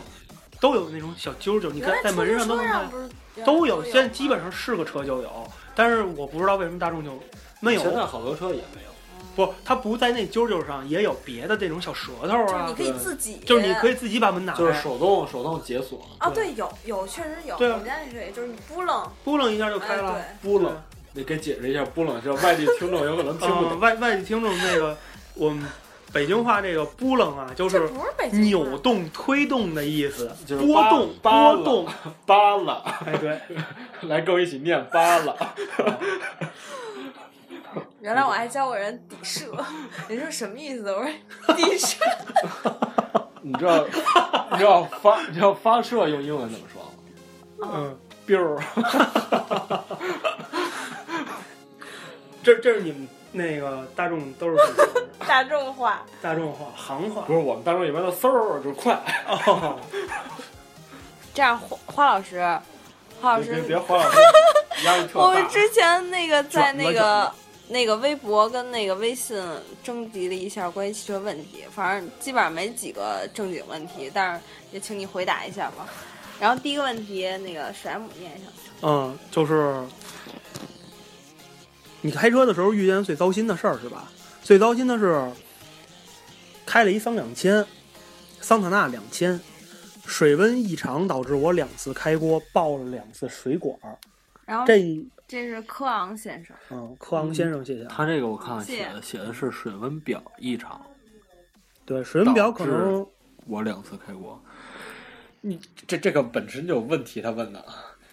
[SPEAKER 9] 都有那种小揪揪，你看
[SPEAKER 10] 原来
[SPEAKER 9] 在门
[SPEAKER 10] 出
[SPEAKER 9] 上都
[SPEAKER 10] 租车
[SPEAKER 9] 能
[SPEAKER 10] 上
[SPEAKER 9] 看，
[SPEAKER 10] 不是
[SPEAKER 9] 都有。现在基本上是个车就有，但是我不知道为什么大众就没
[SPEAKER 2] 现在
[SPEAKER 9] 有，
[SPEAKER 2] 好多车也没有。
[SPEAKER 9] 不，它不在那揪揪上，也有别的这种小舌头
[SPEAKER 10] 就是
[SPEAKER 9] 啊
[SPEAKER 10] 你，可以自己，
[SPEAKER 9] 就是你可
[SPEAKER 10] 以
[SPEAKER 9] 以自己把门打开，
[SPEAKER 2] 就是手动手动解锁，
[SPEAKER 10] 啊，对，有有确实有，
[SPEAKER 9] 对啊
[SPEAKER 10] 我们家也是，就是你不冷
[SPEAKER 9] 扑棱一下就开了。
[SPEAKER 10] 哎
[SPEAKER 2] 波冷，你给解释一下波冷，这外地听众有可能听不
[SPEAKER 9] 呃，
[SPEAKER 2] 懂。
[SPEAKER 9] 外外地听众那个，我们北京话这个“拨楞”啊，就
[SPEAKER 10] 这
[SPEAKER 9] 是
[SPEAKER 10] 不是北京话
[SPEAKER 9] 扭动、推动的意思，
[SPEAKER 2] 就是
[SPEAKER 9] 波
[SPEAKER 2] 扒
[SPEAKER 9] 动、
[SPEAKER 2] 扒
[SPEAKER 9] 波动。
[SPEAKER 2] 扒拉，
[SPEAKER 9] 哎，对，
[SPEAKER 2] 来跟我一起念扒拉。
[SPEAKER 10] 原来我
[SPEAKER 2] 嗯
[SPEAKER 10] 还教过人底射，人说什么意思？我说底射，
[SPEAKER 2] 你知 道，你知道发，你知道发射用英文怎么说吗？
[SPEAKER 9] 嗯，
[SPEAKER 2] biu，
[SPEAKER 9] 这这是你们那个大众都是
[SPEAKER 10] 大众化。
[SPEAKER 9] 大众话、行话
[SPEAKER 2] 不。是我们大众一般都嗖儿就是快，
[SPEAKER 9] 哦，
[SPEAKER 10] 这样，花花老师，花 老
[SPEAKER 2] 别
[SPEAKER 10] 师，
[SPEAKER 2] 别花了，压力特
[SPEAKER 10] 我
[SPEAKER 2] 大。
[SPEAKER 10] 之前那个在
[SPEAKER 2] 卷
[SPEAKER 10] 那
[SPEAKER 2] 了卷
[SPEAKER 10] 个
[SPEAKER 2] 了
[SPEAKER 10] 那个微博跟那个微信征集了一下关于汽车问题，反正基本上没几个正经问题，但是也请你回答一下吧。然后第一个问题，那个史莱姆念一下。
[SPEAKER 9] 嗯，就是你开车的时候遇见最糟心的事儿是吧？最糟心的是开了一桑两千，桑塔纳两千，水温异常导致我两次开锅爆了两次水管儿。
[SPEAKER 10] 然后
[SPEAKER 9] 这
[SPEAKER 10] 这是柯昂先生，
[SPEAKER 9] 嗯，柯昂先生谢谢啊。
[SPEAKER 2] 他这个我看
[SPEAKER 10] 写的
[SPEAKER 2] 写的是水温表异常，
[SPEAKER 9] 对，水温表可能
[SPEAKER 2] 我两次开锅。你这这个本身就有问题，他问的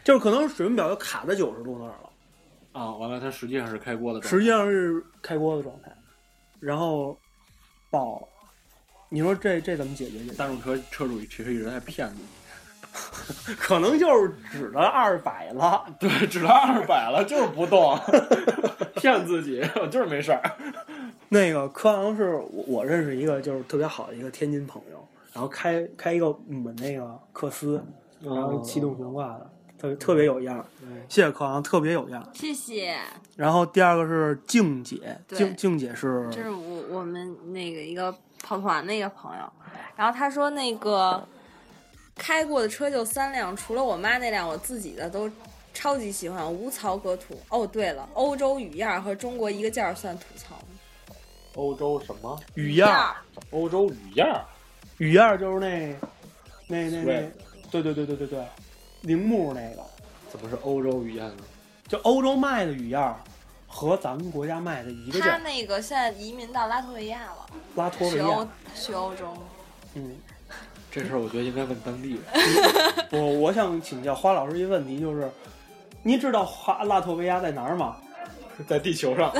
[SPEAKER 9] 就是可能水温表就卡在九十度那儿了，
[SPEAKER 2] 啊，完了，他实际上是开锅的状态。
[SPEAKER 9] 实际上是开锅的状态，然后爆了。你说这这怎么解决这个？
[SPEAKER 2] 大众车车主其实一直在骗你，
[SPEAKER 9] 可能就是指着二百了。
[SPEAKER 2] 对，只拉二百了，就是不动， 骗自己，我就是没事儿。
[SPEAKER 9] 那个柯昂是我我认识一个就是特别好的一个天津朋友，然后开开一个我们那个克斯，然后气动悬挂的，特别特别有样儿。谢谢柯昂，特别有样儿。
[SPEAKER 10] 谢谢，
[SPEAKER 9] 然后第二个是静姐，
[SPEAKER 10] 对
[SPEAKER 9] 静静姐是
[SPEAKER 10] 这是我我们那个一个跑团的一个朋友，然后他说那个开过的车就三辆，除了我妈那辆，我自己的都超级喜欢，无槽可吐。哦，对了，欧洲语样和中国一个劲儿算吐槽吗？
[SPEAKER 1] 欧洲什么？
[SPEAKER 9] 雨燕儿，
[SPEAKER 10] 儿
[SPEAKER 1] 欧洲语样儿，
[SPEAKER 9] 雨燕儿就是那那那那，对对对对对对，铃木那个，
[SPEAKER 2] 怎么是欧洲语言呢？
[SPEAKER 9] 就欧洲卖的雨燕儿和咱们国家卖的一个价
[SPEAKER 10] 他，那个现在移民到拉脱维亚了，
[SPEAKER 9] 拉脱维
[SPEAKER 10] 学欧
[SPEAKER 9] 亚，
[SPEAKER 10] 学欧洲。
[SPEAKER 9] 嗯。
[SPEAKER 2] 这事儿我觉得应该问当地人。
[SPEAKER 9] 我我想请教花老师一个问题，就是您知道花拉脱维亚在哪儿吗？ 嗯
[SPEAKER 2] 在地球上，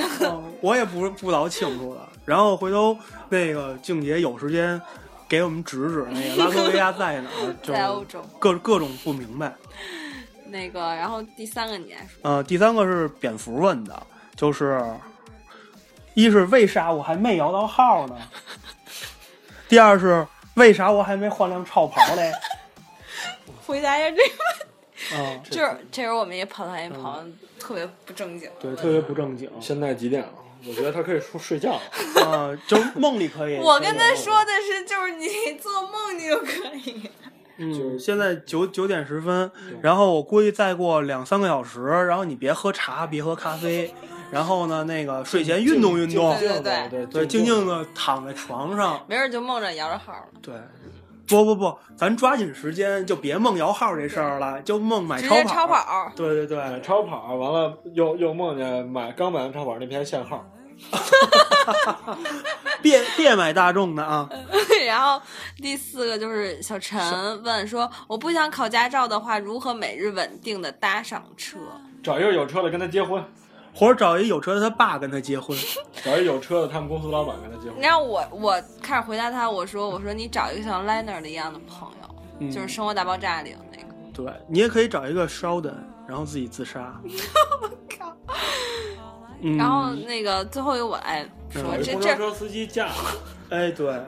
[SPEAKER 9] 我也不不老清楚了。然后回头那个静姐有时间给我们指指那 个拉脱维亚在哪儿，就
[SPEAKER 10] 在欧
[SPEAKER 9] 是
[SPEAKER 10] 洲
[SPEAKER 9] 各各种不明白。
[SPEAKER 10] 那个，然后第三个你来说，
[SPEAKER 9] 呃，第三个是蝙蝠问的，就是一是为啥我还没摇到号呢？第二是为啥我还没换辆超跑嘞？
[SPEAKER 10] 回答一下这个，
[SPEAKER 9] 嗯，
[SPEAKER 10] 就是这是我们一跑团一朋友、特别不正经。
[SPEAKER 9] 对，特别不正
[SPEAKER 10] 嗯
[SPEAKER 9] 经。
[SPEAKER 2] 现在几点了？我觉得他可以说睡觉 了。
[SPEAKER 9] 啊，就是梦里可以。
[SPEAKER 10] 我跟他说的是，就是你做梦你就可以。
[SPEAKER 9] 嗯，现在九九点十分，然后我估计再过两三个小时，然后你别喝茶，别喝咖啡，然后呢，那个睡前运动运动，
[SPEAKER 10] 对对
[SPEAKER 1] 对
[SPEAKER 9] 对，静静的躺在床上，
[SPEAKER 10] 没准就梦着摇着号了，
[SPEAKER 9] 对，不不不，咱抓紧时间，就别梦摇号这事儿了，就梦买
[SPEAKER 10] 直
[SPEAKER 9] 超
[SPEAKER 10] 接
[SPEAKER 9] 跑，
[SPEAKER 10] 超 跑。
[SPEAKER 9] 对对
[SPEAKER 2] 买
[SPEAKER 9] 对，
[SPEAKER 2] 超跑，啊完了又又梦见买刚买完超跑那天限号，
[SPEAKER 9] 别别买大众的啊，
[SPEAKER 10] 嗯然后第四个就是小陈问说：“我不想考驾照的话，如何每日稳定的搭上车
[SPEAKER 2] 找一个有车的跟他结婚，
[SPEAKER 9] 或者找一有车的他爸跟他结婚，
[SPEAKER 2] 找一个有车的他们公司老板跟他结？”婚
[SPEAKER 10] 你。让我我开始回答他，我说：“我说你找一个像 Liner 的一样的朋友，
[SPEAKER 9] 嗯
[SPEAKER 10] 就是《生活大爆炸》里有那个。
[SPEAKER 9] 对你也可以找一个 Sheldon，然后自己自 杀。嗯”
[SPEAKER 10] 然后那个最后一个我来说，
[SPEAKER 9] 嗯
[SPEAKER 10] 这
[SPEAKER 2] 公交
[SPEAKER 10] 这
[SPEAKER 2] 车司机嫁 了，
[SPEAKER 9] 哎，对，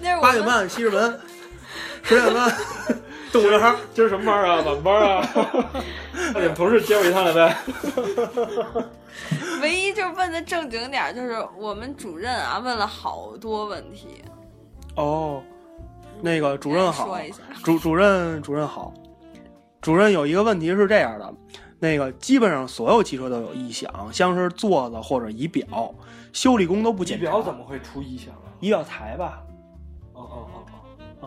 [SPEAKER 10] 那是我
[SPEAKER 9] 八点
[SPEAKER 10] 们
[SPEAKER 9] 半西直门，十点 半动物园儿。
[SPEAKER 2] 今儿什么班啊？晚班啊？那你们同事接我一趟来呗。
[SPEAKER 10] 唯一就是问的正经点儿，就是我们主任啊问了好多问题，
[SPEAKER 9] 哦，那个主任好
[SPEAKER 10] 说，一下。
[SPEAKER 9] 主主任主任好，主任有一个问题是这样的，那个基本上所有汽车都有异响，像是座子或者仪表，修理工都不
[SPEAKER 2] 仪
[SPEAKER 9] 检查。
[SPEAKER 2] 表怎么会出异响啊？
[SPEAKER 9] 仪表台吧？
[SPEAKER 2] 哦哦哦哦，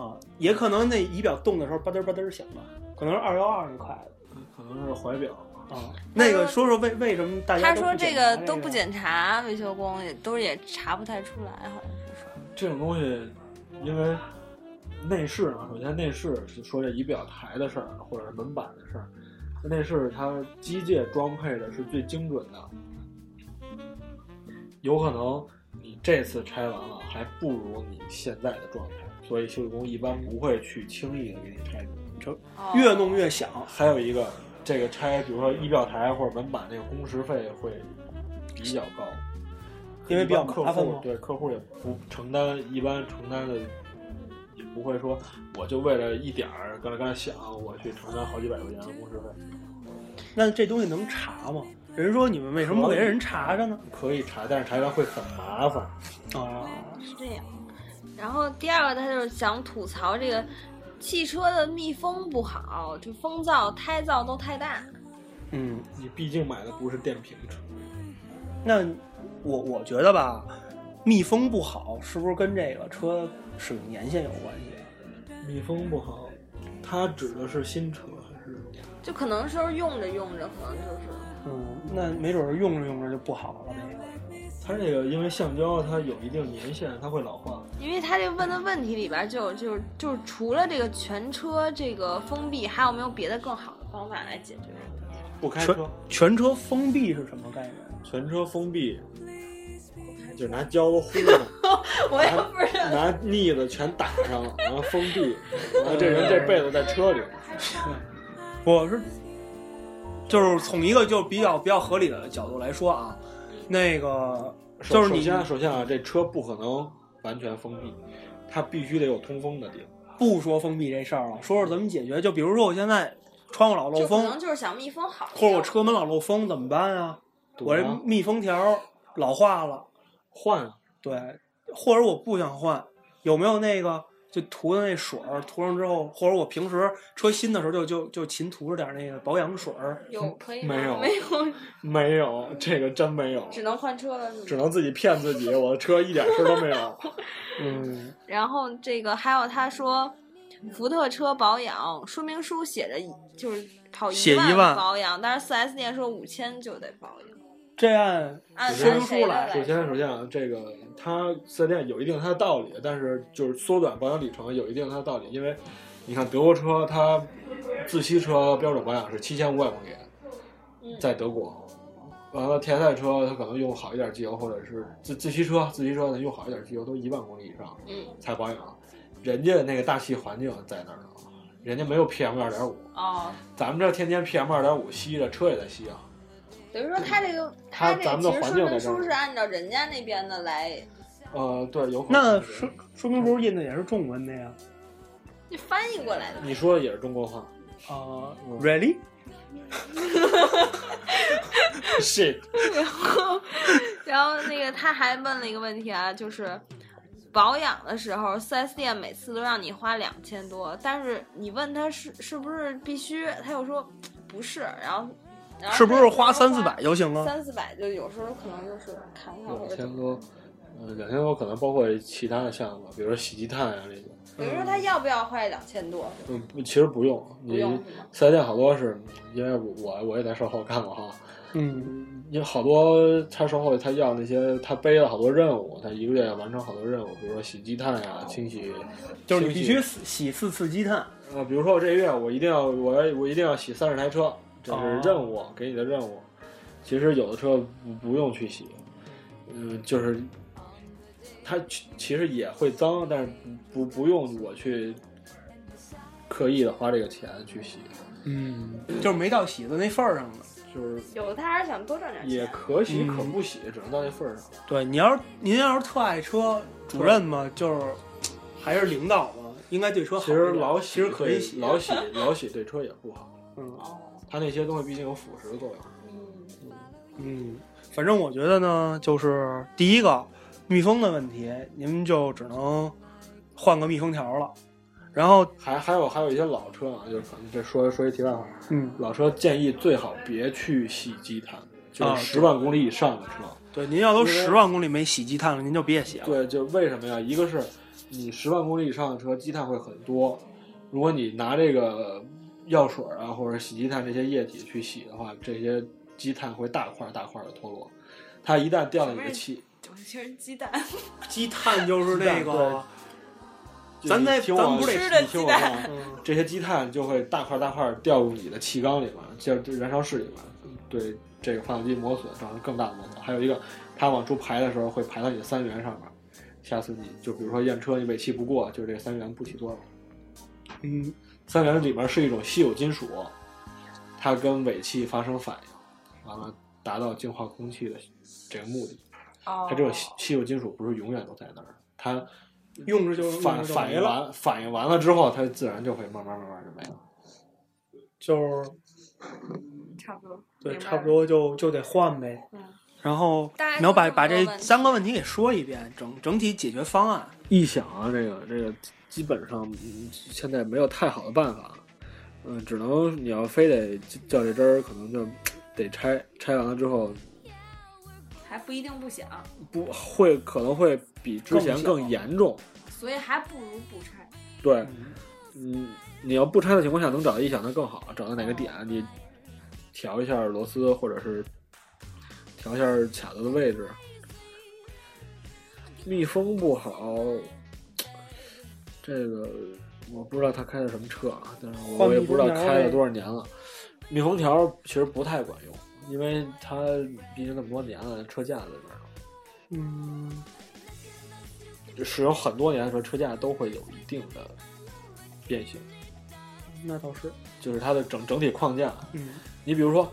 [SPEAKER 9] 啊，也可能那仪表动的时候吧嘚吧嘚响吧，可能是二幺二那块的
[SPEAKER 2] 可能是怀表。
[SPEAKER 9] 啊。那个说说为为什么大家
[SPEAKER 10] 他
[SPEAKER 9] 都
[SPEAKER 10] 说
[SPEAKER 9] 不
[SPEAKER 10] 这
[SPEAKER 9] 检
[SPEAKER 10] 个
[SPEAKER 9] 查
[SPEAKER 10] 都不检查，维修工也都也查不太出来，好像是说。
[SPEAKER 2] 这种东西，因为内饰嘛，首先内饰是说这仪表台的事儿，或者是门板的事儿，内饰它机械装配的是最精准的，有可能你这次拆完了，还不如你现在的状态，所以修理工一般不会去轻易的给你拆除。啊
[SPEAKER 10] 哦
[SPEAKER 9] 越弄越响。
[SPEAKER 2] 还有一个，这个拆，比如说仪表台或者门板，那个工时费会比较高，
[SPEAKER 9] 因为比较麻
[SPEAKER 2] 客
[SPEAKER 9] 烦
[SPEAKER 2] 户
[SPEAKER 9] 嘛
[SPEAKER 2] 对客户也不承担，一般承担的也不会说，我就为了一点儿嘎啦嘎啦响，我去承担好几百块钱的工时费。
[SPEAKER 9] 那这东西能查吗？人说你们为什么不给人查着呢？
[SPEAKER 2] 可以查，但是查完会很麻烦。
[SPEAKER 9] 啊，
[SPEAKER 10] 是这样。然后第二个，他就是想吐槽这个汽车的密封不好，就风噪、胎噪都太大。
[SPEAKER 9] 嗯，
[SPEAKER 2] 你毕竟买的不是电瓶车，
[SPEAKER 9] 那我我觉得吧，密封不好是不是跟这个车使用年限有关系？
[SPEAKER 2] 密封不好，它指的是新车还是？
[SPEAKER 10] 就可能是用着用着，可能就是
[SPEAKER 9] 嗯，那没准儿用着用着就不好了。那个
[SPEAKER 2] 它这个因为橡胶它有一定年限，它会老化。
[SPEAKER 10] 因为他这问的问题里边就有就是就是除了这个全车这个封闭，还有没有别的更好的方法来解决？
[SPEAKER 2] 不开
[SPEAKER 9] 全全车封闭是什么概念？
[SPEAKER 2] 全车封闭，就拿胶子糊上，
[SPEAKER 10] 我也不知道。
[SPEAKER 2] 拿腻子全打上了，然后封闭，然后这人这辈子在 车里。
[SPEAKER 9] 我是，就是从一个就比较比较合理的角度来说啊，那个
[SPEAKER 2] 首
[SPEAKER 9] 就是
[SPEAKER 2] 首
[SPEAKER 9] 你
[SPEAKER 2] 先首先啊，这车不可能完全封闭，它必须得有通风的地方。
[SPEAKER 9] 不说封闭这事儿了，说说怎么解决。就比如说我现在窗户老漏
[SPEAKER 10] 就可能
[SPEAKER 9] 风，
[SPEAKER 10] 就是想密封好，
[SPEAKER 9] 或者我车门老漏风怎么办啊？
[SPEAKER 2] 堵
[SPEAKER 9] 我这
[SPEAKER 2] 上
[SPEAKER 9] 密封条老化了，
[SPEAKER 2] 换啊，
[SPEAKER 9] 对，或者我不想换，有没有那个就涂的那水儿，涂上之后，或者我平时车新的时候就就就勤涂着点那个保养水儿，
[SPEAKER 10] 有可以吗
[SPEAKER 2] 没有
[SPEAKER 10] 没有，
[SPEAKER 2] 没有这个真没有，
[SPEAKER 10] 只能换车了是吗
[SPEAKER 2] 只能自己骗自己，我的车一点事儿都没有。
[SPEAKER 9] 嗯，
[SPEAKER 10] 然后这个还有他说，福特车保养说明书写的就是跑
[SPEAKER 9] 写一万
[SPEAKER 10] 万保养，但是四 S 店说五千就得保养，
[SPEAKER 9] 这按
[SPEAKER 10] 按
[SPEAKER 2] 说
[SPEAKER 10] 照
[SPEAKER 2] 明
[SPEAKER 9] 书
[SPEAKER 10] 谁的
[SPEAKER 9] 来
[SPEAKER 10] 来
[SPEAKER 2] 首先，首先啊，这个它四 S 店有一定它的道理，但是就是缩短保养里程有一定它的道理，因为你看德国车，它自吸车标准保养是七千五百公里，
[SPEAKER 10] 嗯
[SPEAKER 2] 在德国，完了田赛车它可能用好一点机油，或者是自自吸车，自吸车它用好一点机油都一万公里以上
[SPEAKER 10] 嗯
[SPEAKER 2] 才保养，人家那个大气环境在那儿呢，人家没有 PM 二点五，
[SPEAKER 10] 哦，
[SPEAKER 2] 咱们这天天 PM 二点五吸着，车也在吸啊。
[SPEAKER 10] 等于说他这个
[SPEAKER 2] 他
[SPEAKER 10] 这
[SPEAKER 2] 咱
[SPEAKER 10] 个
[SPEAKER 2] 们的
[SPEAKER 10] 其实
[SPEAKER 2] 环
[SPEAKER 10] 说
[SPEAKER 2] 境
[SPEAKER 10] 明
[SPEAKER 2] 在这儿
[SPEAKER 10] 书是按照人家那边的来，
[SPEAKER 2] 呃，对，有可能
[SPEAKER 9] 那
[SPEAKER 2] 是这
[SPEAKER 9] 说
[SPEAKER 2] 样
[SPEAKER 9] 说明书印的也是中文的呀。
[SPEAKER 10] 就翻译过来的。
[SPEAKER 2] 你说的也是中国 话
[SPEAKER 9] 啊、
[SPEAKER 2] 嗯
[SPEAKER 9] r e a d y
[SPEAKER 2] ，shit。
[SPEAKER 10] 然后那个他还问了一个问题啊，就是保养的时候，4S 店每次都让你花两千多，但是你问他是是不是必须，他又说不是，然后然后
[SPEAKER 9] 是不
[SPEAKER 10] 他
[SPEAKER 9] 是
[SPEAKER 10] 又
[SPEAKER 9] 花
[SPEAKER 10] 说
[SPEAKER 9] 三四百？就行啊了？
[SPEAKER 10] 三四百就有时候可能就是砍砍或
[SPEAKER 2] 两
[SPEAKER 10] 者怎
[SPEAKER 2] 千
[SPEAKER 10] 么，
[SPEAKER 2] 多，嗯，两千多可能包括其他的项目，比如说洗涤碳啊这些。
[SPEAKER 10] 比如说他要不要花两千多？
[SPEAKER 2] 嗯，不其实不用，
[SPEAKER 10] 不
[SPEAKER 2] 你
[SPEAKER 10] 用是吗？
[SPEAKER 2] 四 S 店好多是因为我我我也在售后干过哈，
[SPEAKER 9] 嗯，
[SPEAKER 2] 因为好多他售后他要那些他背了好多任务，他一个月要完成好多任务，比如说洗积碳呀、清洗，
[SPEAKER 9] 就是你必须
[SPEAKER 2] 清洗
[SPEAKER 9] 洗洗四次积碳。
[SPEAKER 2] 呃，比如说我这个月我一定要我要我一定要洗三十台车，这是
[SPEAKER 9] 哦
[SPEAKER 2] 任务、给你的任务。其实有的车不不用去洗，嗯，就是它其其实也会脏，但是不不用我去刻意的花这个钱去洗，
[SPEAKER 9] 嗯，就是没到洗的那份儿上呢。
[SPEAKER 2] 就是
[SPEAKER 10] 有的他还是想多赚点
[SPEAKER 2] 也
[SPEAKER 10] 钱。
[SPEAKER 2] 可洗
[SPEAKER 9] 嗯
[SPEAKER 2] 可不洗，只能到那份儿上。
[SPEAKER 9] 对，你要是您要是特爱车，主任嘛，就是还是领导嘛，应该对车好一
[SPEAKER 2] 其
[SPEAKER 9] 点。
[SPEAKER 2] 实老洗
[SPEAKER 9] 其实可以
[SPEAKER 2] 对
[SPEAKER 9] 洗，啊
[SPEAKER 2] 老洗老洗对车也不好，
[SPEAKER 9] 嗯
[SPEAKER 2] 它那些东西毕竟有腐蚀作用。
[SPEAKER 10] 嗯，
[SPEAKER 9] 嗯，反正我觉得呢，就是第一个密封的问题，您就只能换个密封条了。然后，
[SPEAKER 2] 还还有还有一些老车啊，就是可能这说说一题外话，
[SPEAKER 9] 嗯，
[SPEAKER 2] 老车建议最好别去洗积碳，就
[SPEAKER 9] 啊
[SPEAKER 2] 是十万公里以上的车。
[SPEAKER 9] 对，您要都
[SPEAKER 2] 因为
[SPEAKER 9] 十万公里没洗积碳了，您就别洗了。
[SPEAKER 2] 对，就为什么呀？一个是你十万公里以上的车积碳会很多，如果你拿这个药水啊或者洗积碳这些液体去洗的话，这些积碳会大块大块的脱落，它一旦掉进你的气，
[SPEAKER 10] 就我觉得鸡蛋，
[SPEAKER 9] 积碳就是那个，
[SPEAKER 2] 对
[SPEAKER 9] 咱在
[SPEAKER 2] 你听
[SPEAKER 9] 咱
[SPEAKER 2] 我
[SPEAKER 9] 不得
[SPEAKER 10] 吃的
[SPEAKER 2] 你听我
[SPEAKER 10] 鸡
[SPEAKER 2] 话
[SPEAKER 9] 嗯，
[SPEAKER 2] 这些积碳就会大块大块掉入你的气缸里面，就就燃烧室里面，对这个发动机磨损造成更大的磨损。还有一个，它往出排的时候会排到你的三元上面。下次你就比如说验车你尾气不过，就这三元不起作用。
[SPEAKER 9] 嗯，
[SPEAKER 2] 三元里面是一种稀有金属，它跟尾气发生反应，完了达到净化空气的这个目的。
[SPEAKER 10] 哦
[SPEAKER 2] 它这种稀稀有金属不是永远都在那儿，它
[SPEAKER 9] 用着就
[SPEAKER 2] 反
[SPEAKER 9] 用着就
[SPEAKER 2] 反
[SPEAKER 9] 没
[SPEAKER 2] 应
[SPEAKER 9] 了，
[SPEAKER 2] 完反应完了之后，它自然就会慢慢慢慢就没了。
[SPEAKER 9] 就是
[SPEAKER 10] 差不多，
[SPEAKER 9] 对，
[SPEAKER 10] 明白
[SPEAKER 9] 差不。多就就得换呗。
[SPEAKER 10] 嗯
[SPEAKER 9] 然后
[SPEAKER 10] 大概
[SPEAKER 9] 你要把
[SPEAKER 10] 就
[SPEAKER 9] 把
[SPEAKER 10] 是这
[SPEAKER 9] 这
[SPEAKER 10] 么多问题
[SPEAKER 9] 三个问题给说一遍，整整体解决方案。
[SPEAKER 2] 异响啊，这个这个基本上嗯现在没有太好的办法，嗯、只能你要非得较这真儿，可能就得拆，拆完了之后
[SPEAKER 10] 还不一定不想，
[SPEAKER 2] 不会可能会比之前
[SPEAKER 9] 更
[SPEAKER 2] 更严重。
[SPEAKER 10] 所以还不如不拆。
[SPEAKER 2] 对，嗯，你要不拆的情况下能找到异响那更好，找到哪个点
[SPEAKER 9] 哦
[SPEAKER 2] 你调一下螺丝，或者是调一下卡子的位置。密封不好，这个我不知道他开的什么车啊，但是
[SPEAKER 9] 换
[SPEAKER 2] 我也
[SPEAKER 9] 密
[SPEAKER 2] 不知道
[SPEAKER 9] 封条哎
[SPEAKER 2] 开了
[SPEAKER 9] 呗
[SPEAKER 2] 多少年了。密封条其实不太管用，因为它毕竟那么多年了，车架在这儿呢。
[SPEAKER 9] 嗯，
[SPEAKER 2] 使用很多年的时候，车架都会有一定的变形，
[SPEAKER 9] 那倒是，
[SPEAKER 2] 就是它的整整体框架。
[SPEAKER 9] 嗯，
[SPEAKER 2] 你比如说，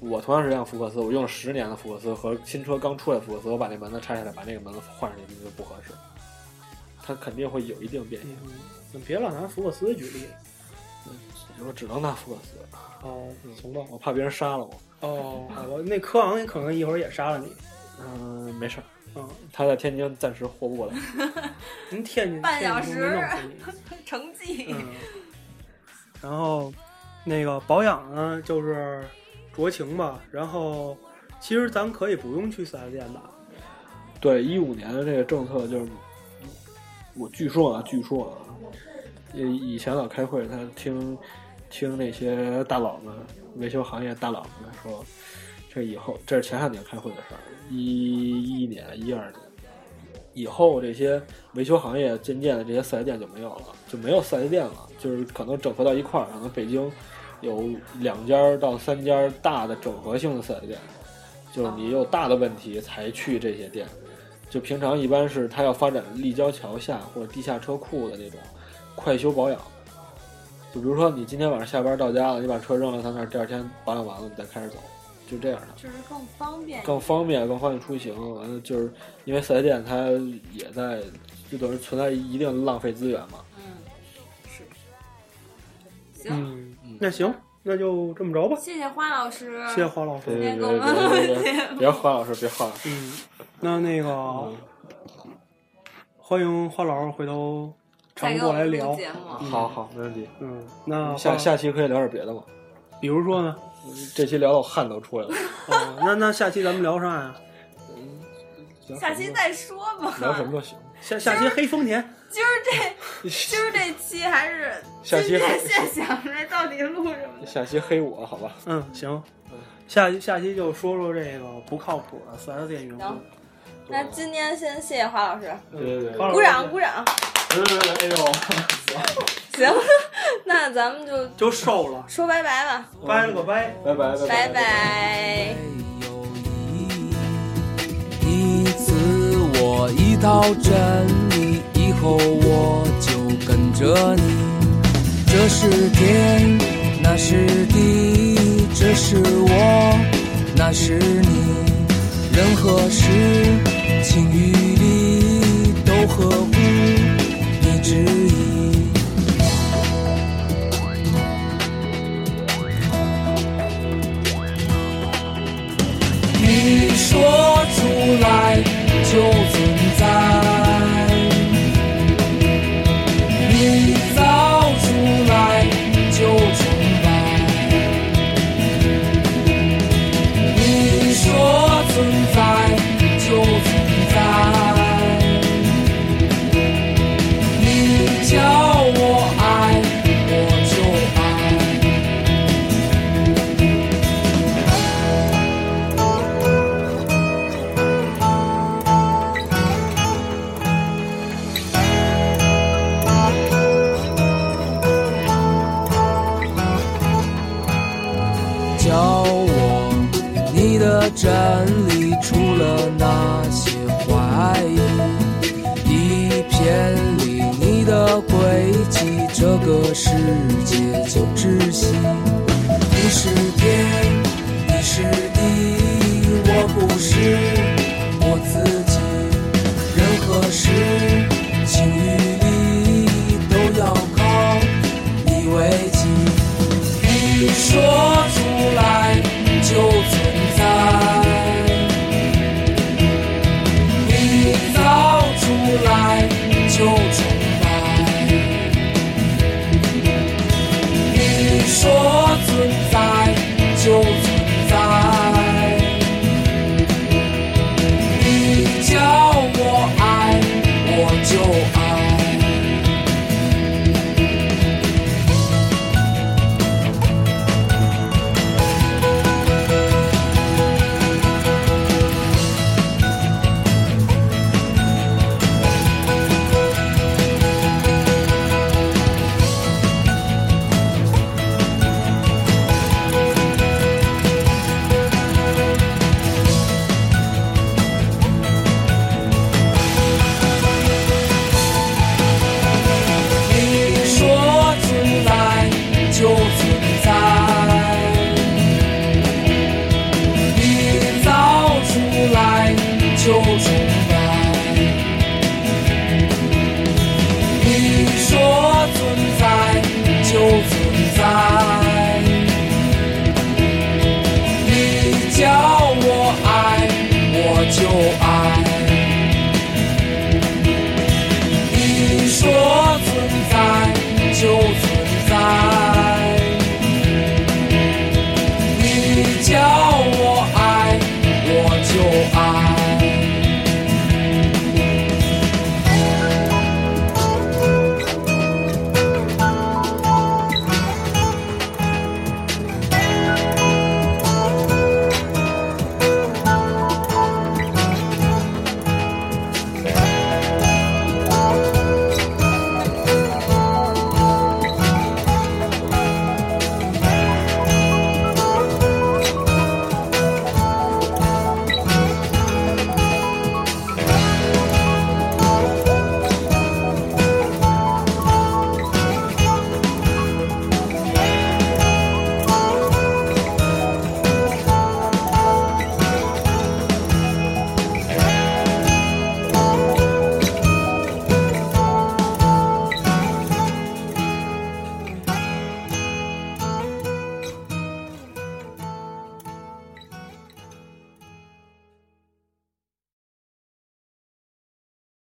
[SPEAKER 2] 我同样是一辆福克斯，我用了十年的福克斯和新车刚出来的福克斯，我把那门子拆下来，把那个门子换上去，那就不合适。它肯定会有一定变形，
[SPEAKER 9] 你嗯别老拿福克斯举例
[SPEAKER 2] 我只能拿福克斯，
[SPEAKER 9] 哦，行吧，
[SPEAKER 2] 我怕别人杀了我。
[SPEAKER 9] 哦，好吧，那科昂可能一会儿也杀了你。
[SPEAKER 2] 嗯、没事儿，
[SPEAKER 9] 嗯，
[SPEAKER 2] 他在天津暂时活不过来。
[SPEAKER 9] 您天津
[SPEAKER 10] 半小时
[SPEAKER 9] 天津弄死你。
[SPEAKER 10] 成绩、
[SPEAKER 9] 嗯，然后那个保养呢，就是酌情吧。然后其实咱可以不用去四 S 店吧，
[SPEAKER 2] 对，一五年的这个政策就是，我据说啊，据说啊，以以前老开会，他听听那些大佬们，维修行业大佬们说，这以后这是前两年开会的事儿，一一年、一二年以后，这些维修行业渐渐的这些四 S 店就没有了，就没有四 S 店了，就是可能整合到一块儿，可能北京有两家儿到三家儿大的整合性的四 S 店。就是你有大的问题才去这些店。就平常一般是他要发展立交桥下或者地下车库的那种快修保养。就比如说你今天晚上下班到家了，你把车扔了他那儿，第二天保养完了你再开始走，就这样的。
[SPEAKER 10] 就是更方便一点，
[SPEAKER 2] 更方便，更方便出行。完了就是因为四 S 店它也在，就等于存在一定的浪费资源嘛。
[SPEAKER 10] 嗯，是。行，
[SPEAKER 9] 嗯
[SPEAKER 2] 嗯，
[SPEAKER 9] 那行，那就这么着吧。
[SPEAKER 10] 谢谢花老师，
[SPEAKER 9] 谢谢花老
[SPEAKER 2] 别
[SPEAKER 9] 师。
[SPEAKER 2] 别
[SPEAKER 10] 练
[SPEAKER 2] 别
[SPEAKER 10] 功
[SPEAKER 2] 别别 别花老师，别花老师。
[SPEAKER 9] 嗯，那那
[SPEAKER 2] 嗯
[SPEAKER 9] 个欢迎花老师回头
[SPEAKER 10] 再
[SPEAKER 9] 常
[SPEAKER 10] 给
[SPEAKER 9] 过
[SPEAKER 10] 我
[SPEAKER 9] 来
[SPEAKER 10] 们
[SPEAKER 9] 聊
[SPEAKER 10] 录。节目。
[SPEAKER 2] 好好，没问题。
[SPEAKER 9] 嗯，那
[SPEAKER 2] 下
[SPEAKER 9] 花
[SPEAKER 2] 下期可以聊点别的吗？
[SPEAKER 9] 比如说呢？
[SPEAKER 2] 这期聊到汗都出来了。嗯
[SPEAKER 9] 哦，那那下期咱们聊啥呀？
[SPEAKER 10] 下期再说吧。
[SPEAKER 2] 聊什么都行。
[SPEAKER 9] 下下期黑丰田。
[SPEAKER 10] 今儿这，今儿这期还是
[SPEAKER 2] 下期
[SPEAKER 10] 今天现想着到底录什么呢？
[SPEAKER 2] 下期黑我好吧？
[SPEAKER 9] 嗯，行。下下期就说说这个不靠谱的四 S 店员工
[SPEAKER 10] 行。那今天先谢谢花老师，
[SPEAKER 2] 对对
[SPEAKER 9] 花老师
[SPEAKER 10] 鼓掌鼓掌。
[SPEAKER 2] 对，哎呦，
[SPEAKER 10] 行，那咱们就
[SPEAKER 9] 就瘦了，
[SPEAKER 10] 说拜拜吧，
[SPEAKER 9] 掰了个掰。
[SPEAKER 2] 拜拜拜
[SPEAKER 10] 拜
[SPEAKER 2] 拜。
[SPEAKER 10] 拜。
[SPEAKER 12] 有一，一次我一到真理，以后我就跟着你。这是天，那是地，这是我，那是你。人和事，情与理，都合乎你旨意。你说出来就存在，你造出来就崇拜，你说存在就存在，你
[SPEAKER 2] 整理出了那些怀疑，一偏离你的轨迹，这个世界就窒息。不是